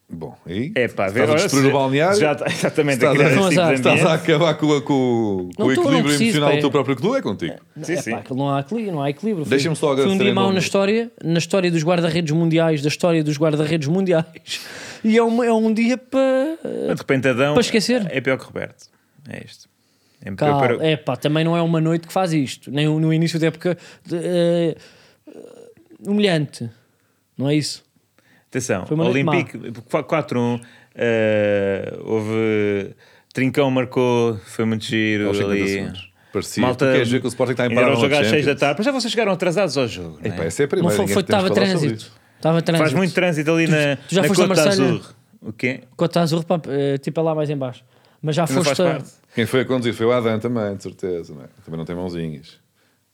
Bom, aí
É pá,
estás a destruir o balneário.
Já, tá- está- exatamente, a
Estás
criar
a-
esse tipo de
Estás
ambiente.
Estás a acabar com, com- com
Não,
o
tu não
equilíbrio
preciso,
emocional
pá,
do teu
é-
próprio clube, é contigo.
Sim,
É
sim.
pá, aquilo não há equilíbrio. Não há equilíbrio. Foi-
Deixa-me só
Foi um
agradecer
dia
em
mau
nome.
na história, na história dos guarda-redes mundiais, da história dos guarda-redes mundiais. E é, uma- é um dia para.
De repente, Adão
Para esquecer.
é pior que Roberto. É isto. É pior
Cal,
para-
é pá, também não é uma noite que faz isto, nem no início da época de, eh, humilhante, não é isso?
Atenção,
Foi uma noite
Olympique 4-1. eh, houve. Trincão marcou, foi muito giro.
Aos 50
Ali.
segundos. Parecia. tu queres ver é que o Sporting está em
ainda
parada
Era o
na
jogo às 6
Champions.
da tarde, mas já vocês chegaram atrasados ao jogo. não é?
Epá, essa é a
Não
primeira.
foi,
ninguém
foi estava
temos de falar sobre
trânsito,
isso.
estava trânsito.
Faz muito trânsito ali na,
tu já
na
foste a
Côte
Marselha?
d'Azur. O quê?
Cota Azul, pá, eh, tipo é lá mais em baixo, mas já
Não
foste
faz
a-
parte.
Quem foi a conduzir foi o Adam também, de certeza. Não é? Também não tem mãozinhas.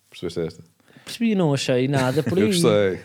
Percebeste esta?
percebi, não achei nada por
Eu
aí.
gostei.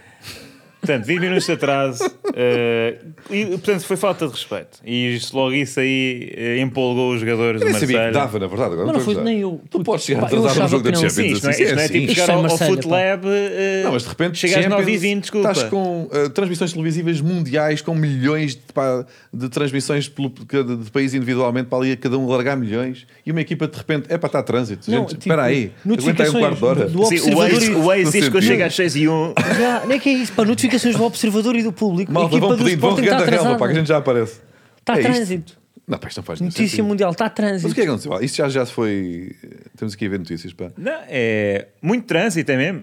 Portanto, 20 minutos de atraso. eh, e, portanto, foi falta de respeito. E isso- logo isso aí eh, empolgou os jogadores
Eu
do
nem sabia
Marseille.
que dava, na verdade. Agora
Mas não
estou a
foi
gozar.
nem eu.
Tu
Puto,
podes chegar
pá, eu
atrasado no
achava
jogo da
que não.
Champions.
Sim, isto não é,
assim,
isto não é
assim.
tipo
Isto
chegar
é
ao, ao
Marselha,
Foot
pá.
Lab. eh,
Não, mas de repente
Chega às
Champions,
9 e 20, desculpa.
Estás com eh, transmissões televisivas mundiais, com milhões de, pá, de transmissões pelo- de, cada- de país individualmente, para ali cada um largar milhões. E uma equipa de repente, é para estar trânsito.
Não,
gente,
tipo,
espera aí, aguenta aí um quarto de hora.
notificações do
Sim, o
observador
Waze,
e-
o Waze
do
diz que eu
centro.
chego às 6 e 1.
Já, nem é que é isso, pá. Notificações do observador e do público.
Malta,
a equipa
vão
do
pedindo, vão
Sporting está
regando a relva, pá, que
atrasada.
a gente já aparece.
Está
É isto.
trânsito.
Não, pá, isto não faz nenhum
Notícia
sentido.
mundial, está
Mas o que é
trânsito.
que aconteceu? Isso já, já se foi. Temos aqui a ver notícias, pá.
Não, é muito trânsito, é mesmo.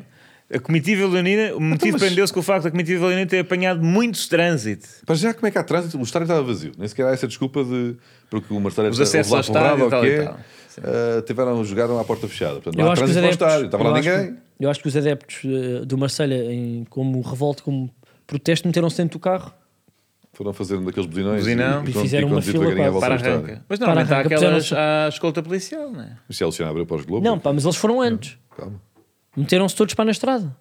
A comitiva leonina, o motivo
mas-
prendeu-se com o facto da comitiva leonina ter apanhado muito trânsito.
Para já, como é que há trânsito? O estádio estava vazio. Nem sequer há essa desculpa de. Porque o Marcelo
Os
era-
acessos
houve lá
ao estádio
porrada, um ou
e
o
tal
quê?
e tal.
Ah, tiveram, jogaram à porta fechada. Portanto,
Eu
não há
acho, que os
trânsito para o
adeptos,
estádio. Estava lá
eu acho que-
ninguém.
eu acho que os adeptos eh, do Marselha em- como revolta, como protesto, meteram-se dentro do carro.
Foram fazer um daqueles buzinões.
Buzinão.
e-
E
e quando-
fizeram
e quando
uma
diz
fila,
devagarinho
pá,
à volta
Para
do estádio.
arranca. Mas
Para
normalmente há
arranca,
aquelas
puseram-se-
à escolta policial, não é?
Mas se a Luciana abriu para os Globo.
Não, pá, mas eles foram antes.
Calma.
Meteram-se todos para na estrada.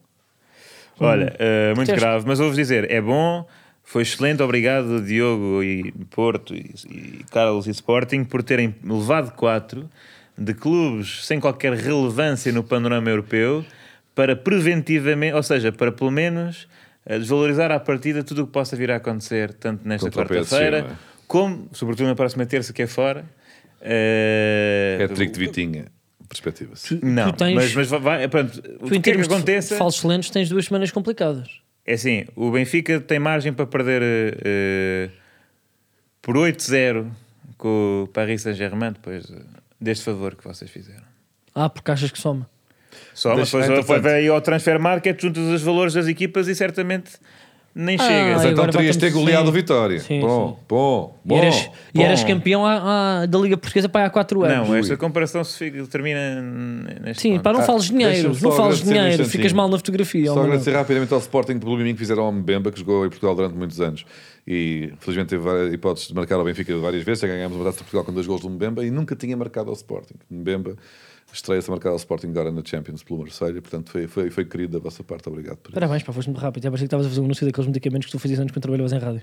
Hum.
Olha, eh, muito
Teste.
grave, mas ouvo dizer, é bom, foi excelente, obrigado Diogo e Porto e, e Carlos e Sporting por terem levado quatro de clubes sem qualquer relevância no panorama europeu para preventivamente, ou seja, para pelo menos eh, desvalorizar à partida tudo o que possa vir a acontecer, tanto nesta
Contra o PSG,
quarta-feira,
não é?
como, sobretudo na próxima terça que é fora. eh,
É trick de Vitinha. Perspectiva-se.
Não,
Tu tens-
mas, mas vai, pronto, o
é
que quer que aconteça...
de falsos lentos tens duas semanas complicadas.
É assim, o Benfica tem margem para perder eh, eh, por 8-0 com o Paris Saint-Germain depois eh, deste favor que vocês fizeram.
Ah, porque achas que soma.
Só, mas
Deixa-
depois,
ah,
depois
entretanto.
vai aí ao transfer market, juntas os valores das equipas e certamente nem
Ah,
chega.
Mas
Ai,
então
agora
terias de ter
batemos-
goleado o
sim.
Vitória.
Sim,
bom, bom, bom.
e, eras, e
bom.
eras campeão à- à- da Liga Portuguesa para há 4 anos.
não, esta comparação se fica- termina n- neste
Sim, um
ponto.
pá, não
Ah,
fales dinheiro,
deixa-me só
não fales
agradecer um
dinheiro,
instantinho.
ficas mal na fotografia. ó,
Só
Manuel.
agradecer rapidamente ao Sporting pelo mimim que fizeram ao Mbemba, que jogou em Portugal durante muitos anos e felizmente teve várias hipóteses de marcar ao Benfica várias vezes. Já ganhámos uma taça de Portugal com dois gols do Mbemba e nunca tinha marcado ao Sporting. Mbemba estreia-se a marcar ao Sporting agora na Champions pelo Marseille, portanto foi, foi, foi querido da vossa parte. Obrigado por isso.
Parabéns, pá, foste muito rápido. Já parecia que estavas a fazer um anúncio daqueles medicamentos que tu fazias antes quando trabalhavas em rádio.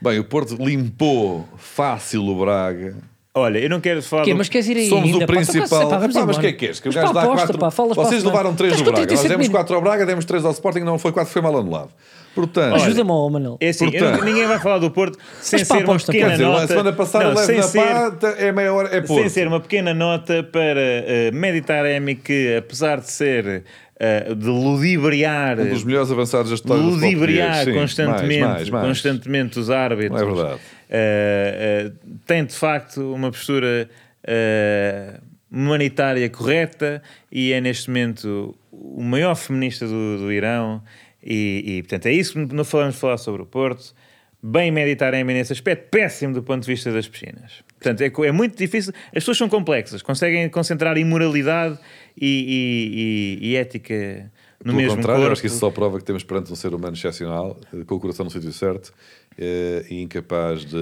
Bem, o Porto limpou fácil o Braga.
Ah, Olha, eu não quero falar.
Quê,
do-
mas queres ir aí?
Somos
ainda,
o
pá? Então,
principal.
pá, vamos
Epá,
embora.
mas o que é que queres? Que o
Mas
gajo
para
dá
a aposta,
quatro-
pá, falas para a
Vocês
semana.
levaram 3
Estás
do
com
Braga. Nós
37
demos
minutos.
4 ao Braga, demos 3 ao Sporting, não foi 4, foi mal anulado. Portanto,
Ajuda-me, ó, Manel.
É assim, eu
Portanto-
não- ninguém vai falar do Porto sem
Mas pá,
ser uma
aposta,
pequena
Quer dizer,
nota.
a semana passada
Não,
leve
sem
na
ser-
pata, é meia hora, é
Sem
Porto.
ser um uma pequena nota para eh, meditarem-me que, apesar de ser eh, de ludibriar,
Um dos melhores avançados da história do futebol
ludibriar
português, sim.
constantemente,
Mais, mais, mais.
constantemente os árbitros,
Não é verdade.
eh, eh, tem de facto uma postura eh, humanitária correta e é neste momento o maior feminista do, do Irão. E, e, portanto é isso que não falamos de falar sobre o Porto. Bem meditarem-me nesse aspecto, é péssimo do ponto de vista das piscinas. Portanto, é, co- é muito difícil. As pessoas são complexas, conseguem concentrar imoralidade e, e- e- e ética no
Pelo
mesmo
contrário,
corpo.
acho que isso só prova que temos perante um ser humano excepcional, eh, com o coração no sítio certo eh, e incapaz de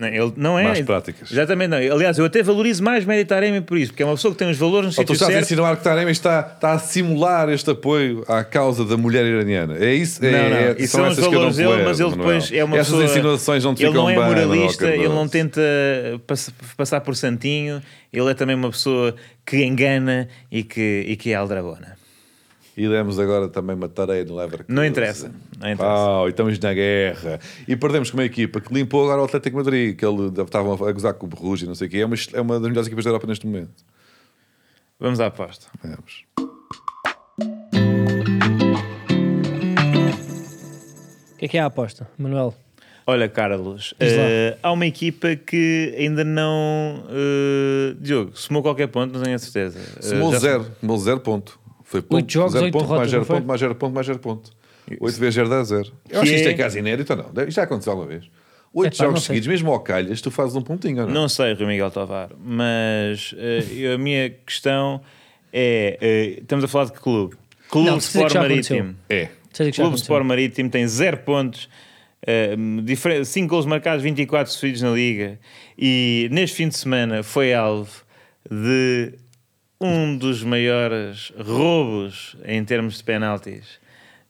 Não, ele não é.
más práticas.
Exatamente, não. Aliás, eu até valorizo mais Meditaremi por isso, porque é uma pessoa que tem os valores no
Ou Oh,
sítio
tu estás a
certo.
insinuar que Taremi está, está a simular este apoio à causa da mulher iraniana. É isso? É,
Não, não.
é-
isso são, os
essas que eu não
valores dele,
tolero,
mas ele
Manuel.
depois é uma
Essas
pessoa.
insinuações não te
ele
ficam
não é
um bem, Manuel
moralista,
Cardoso.
ele não tenta pass- passar por santinho, ele é também uma pessoa que engana e que, e que é aldrabona.
E demos agora também uma tareia no Leverkusen.
Não interessa, não interessa.
Pau, e estamos na guerra. E perdemos com uma equipa que limpou agora o Atlético de Madrid, que ele estavam a gozar com o Borrugia, não sei o quê. É uma, é uma das melhores equipas da Europa neste momento.
Vamos à aposta.
Vamos.
O que é que é a aposta, Manuel?
Olha, Carlos,
Diz lá.
eh, há uma equipa que ainda não. eh, Diogo, somou qualquer ponto, não tenho a certeza. Eh,
Semou
já-
zero, tomou zero ponto. Foi ponto,
jogos,
zero
oito
ponto, mais
derrotas,
zero
não foi?
ponto, mais zero ponto, mais zero ponto. Oito vezes zero dá zero. Eu acho
Que
que isto
é-
é caso inédito ou não? Deve- Já aconteceu alguma vez. Oito
Epá, não
jogos
sei.
seguidos, mesmo ao calhas, tu fazes um pontinho ou não?
Não sei, Rui Miguel Tovar, mas eh, eu- a minha questão é: eh, estamos a falar de que clube? Clube
Não, precisa
Sport
que já aconteceu.
Marítimo.
Sei que
É.
já
Clube
aconteceu.
Sport Marítimo tem 0 pontos, 5 gols marcados, 24 sofridos na Liga. E neste fim de semana foi alvo de um dos maiores roubos em termos de penaltis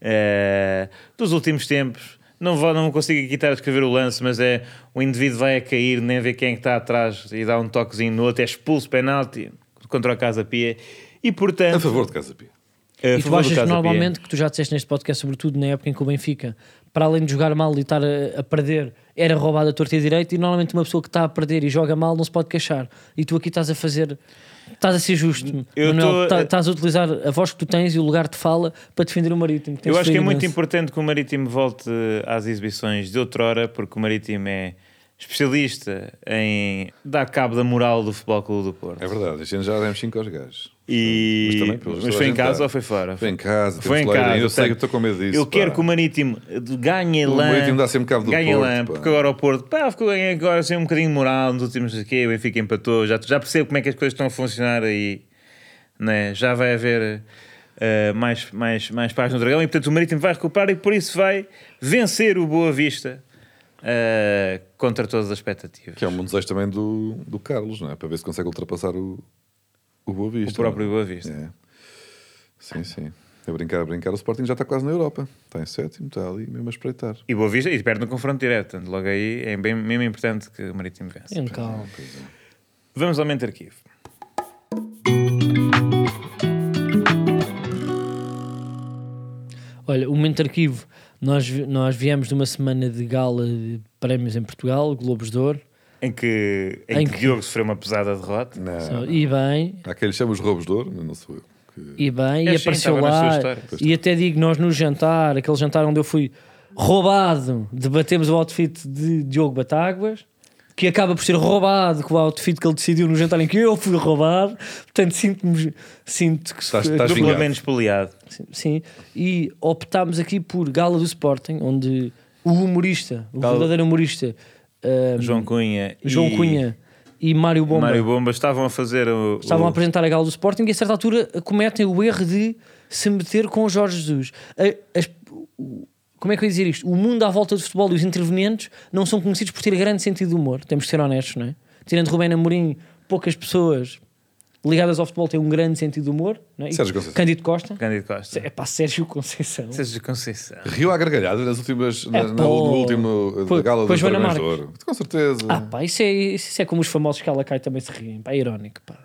eh, dos últimos tempos. Não, vou, não consigo aqui estar a escrever o lance, mas é o indivíduo vai a cair, nem vê quem é que está atrás e dá um toquezinho no outro, é expulso, penalti contra o Casa Pia. E portanto.
A favor de Casa Pia.
a
E tu
favor é do
achas
Casa Pia.
normalmente que tu já disseste neste podcast, sobretudo na época em que o Benfica, para além de jogar mal e estar a, a perder, era roubado a torta e direito, e normalmente uma pessoa que está a perder e joga mal não se pode queixar. E tu aqui estás a fazer, estás a ser justo,
Eu
Manuel,
tô-
tá- estás a utilizar a voz que tu tens e o lugar que te fala para defender o marítimo.
Eu acho que é muito
importante.
importante que o Marítimo volte às exibições de outrora, porque o Marítimo é especialista em dar cabo da moral do Futebol Clube do Porto.
É verdade, este ano já demos 5 aos gajos.
E...
Mas
Mas,
também, pelo menos, toda
foi
a
em
gente
casa
dá.
ou foi fora?
Foi em casa,
Foi em
temos que lá ir
casa.
ainda. Eu sei que eu
portanto,
estou com medo disso.
Eu quero
pá.
que o Marítimo eh, ganhe
O
lã.
Marítimo dá sempre cabo do
ganhe
Porto,
lã,
pá.
porque agora o Porto, pá, ficou ganhando agora assim um bocadinho de moral nos últimos aqui, o Benfica empatou, já, já percebo como é que as coisas estão a funcionar aí, né? Já vai haver eh, mais, mais, mais paz no Dragão e portanto o Marítimo vai recuperar e por isso vai vencer o Boa Vista eh, contra todas as expectativas.
Que é um desejo também do, do Carlos, não é? Para ver se consegue ultrapassar o, o Boa Vista.
O próprio
não é?
Boa Vista.
É. Sim, sim. A brincar, a brincar, o Sporting já está quase na Europa. Está em sétimo, está ali mesmo a espreitar.
E Boa Vista, e perde no confronto direto, portanto logo aí é bem, mesmo importante que o Marítimo
um
vença.
Calma.
Vamos ao Mente Arquivo.
Olha, o momento de arquivo, nós, vi- nós viemos de uma semana de gala de prémios em Portugal, Globos de Ouro,
Em que, em
Em
que
que-
Diogo sofreu uma pesada derrota.
Não.
e bem,
Há quem lhe chama os roubos de ouro, mas não sou eu. Que-
e bem,
Eu
e
sim,
apareceu
estava nas suas
lá,
histórias. Pois
e até digo, nós no jantar, aquele jantar onde eu fui roubado, debatemos o outfit de Diogo Batáguas, que acaba por ser roubado com o outfit que ele decidiu no jantar em que eu fui roubado, portanto sinto-me, sinto que
Estás- estás vingado.
Duplamente espoliado.
Sim, sim. E optámos aqui por Gala do Sporting, onde o humorista, o
Gala-
verdadeiro humorista, ah,
João Cunha e
João Cunha e Mário Bomba
Mário Bomba estavam a fazer o.
estavam
o-
a apresentar a gala do Sporting e a certa altura cometem o erro de se meter com o Jorge Jesus. A- as- o- como é que eu ia dizer isto? O mundo à volta do futebol e os intervenientes não são conhecidos por ter grande sentido de humor, temos de ser honestos, não é? Tirando Rubén Amorim, poucas pessoas ligadas ao futebol têm um grande sentido de humor, não é? E
Sérgio Conceição.
Cândido Costa.
Cândido Costa.
É pá, Sérgio Conceição.
Sérgio Conceição.
Riu à gargalhada nas últimas, na,
É,
na-
pô.
no último eh,
Pois-
gala dos
pois Joana
Dragões de
Marques.
Ouro. Com certeza.
Ah, pá, isso é, isso é como os famosos que ela cai também se riem. Pá, é irónico, pá.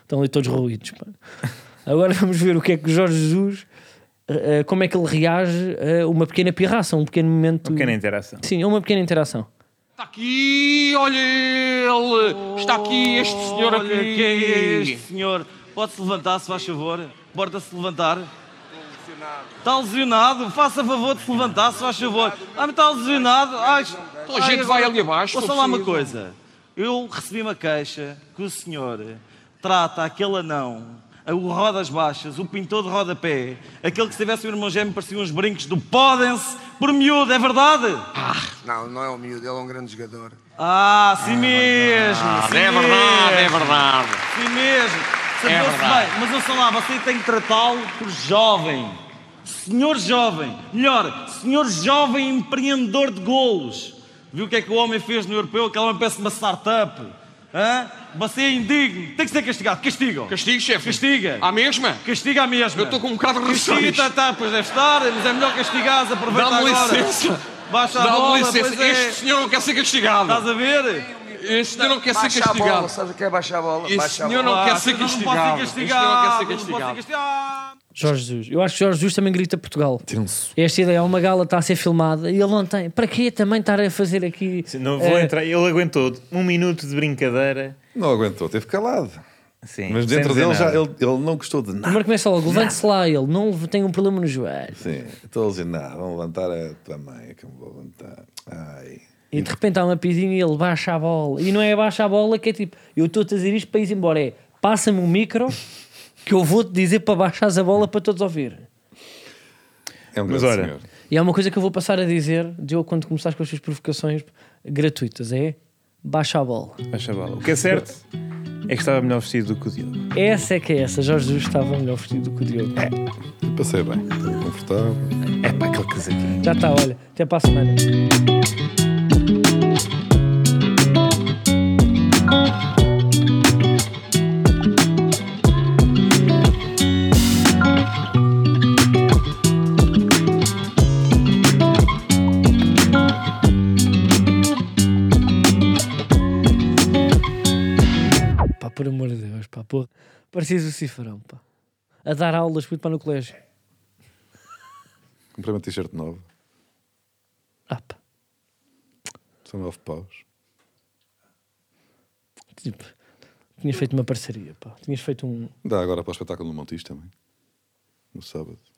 Estão ali todos ruídos, pá. Agora vamos ver o que é que o Jorge Jesus, eh, eh, como é que ele reage a uma pequena pirraça, um pequeno momento.
Pequena interação.
Sim, a uma pequena interação.
Está Tá aqui, olha ele! Está aqui este senhor aqui.
Olha quem é este senhor. Pode-se levantar, se faz favor. Bora-se levantar. Está lesionado. Faça favor de se levantar, se faz favor. Ah, mas está lesionado. Ah, Ai,
Então a gente vai ali abaixo,
Ouça
não
lá uma
precisa.
coisa. Eu recebi uma queixa que o senhor trata aquele anão, o rodas baixas, o pintor de rodapé, aquele que se tivesse um irmão gêmeo parecia uns brincos do Podem-se por miúdo, é verdade?
Não, não é o miúdo, ele é um grande jogador.
Ah, sim mesmo! sim
É verdade, é
mesmo.
verdade.
Sim mesmo.
É
Sentou-se
verdade.
bem, mas eu sei lá, você tem que tratá-lo por jovem. Senhor jovem. Melhor, senhor jovem empreendedor de golos. Viu o que é que o homem fez no europeu? Aquele homem parece uma startup. Hã? Você é indigno. Tem que ser castigado. Castigam.
Castigo, chefe.
Castiga.
À mesma?
Castiga a mesma.
Eu estou com um bocado de
Castiga,
receio.
tá, tá, pois deve estar, mas é melhor castigares. Aproveita
Dá-me
agora.
licença.
Baixa a bola,
Dá-me licença.
pois é.
Este senhor não quer ser castigado.
Estás a ver?
assim Este senhor não quer ser
Baixa a bola,
castigado.
sabes o que é baixar a bola?
Esse
Baixa a
senhor
bola.
não quer
Ah,
ser
não pode
castigado. Este não quer ser
não pode ser
castigado.
castigado.
Jorge Jesus. Eu acho que Jorge Jesus também grita Portugal.
Tenso.
Esta ideia, "É uma gala está a ser filmada e ele não tem. Para que também estar a fazer aqui.
Sim, Não vou
eh,
entrar. Ele aguentou um minuto de brincadeira.
Não aguentou, teve calado.
Sim,
Mas
sem
dentro
dizer
dele já
nada.
ele, ele não gostou de nada.
Primeiro começa logo, levante-se lá, ele não tem um problema no joelho.
Sim, estou a dizer, não, vão levantar a tua mãe, que eu me vou levantar. Ai.
E de repente há uma pedinha e ele baixa a bola. E não é baixa a bola que é tipo, eu estou a dizer isto para ir embora. É passa-me o micro que eu vou-te dizer para baixares a bola para todos ouvir.
É um
Mas
grande
olha,
senhor.
E há uma coisa que eu vou passar a dizer, Diogo, quando começares com as tuas provocações gratuitas: é baixa a bola.
Baixa a bola. O que é certo é que estava melhor vestido do que o Diogo.
Essa é que é essa. Jorge Jesus estava melhor vestido do que o Diogo.
Passei bem, estou confortável.
É para aquele casaquinho.
Já está, olha. Até para a semana. pá, porra. Parecias o Cifarão, pá. A dar aulas, puto, pá, no colégio.
Comprei uma t-shirt nova,
Ah, pá.
são nove paus.
Tipo, tinhas feito uma parceria, pá. Tinhas feito um...
Dá agora para o espetáculo no Montijo também, no sábado.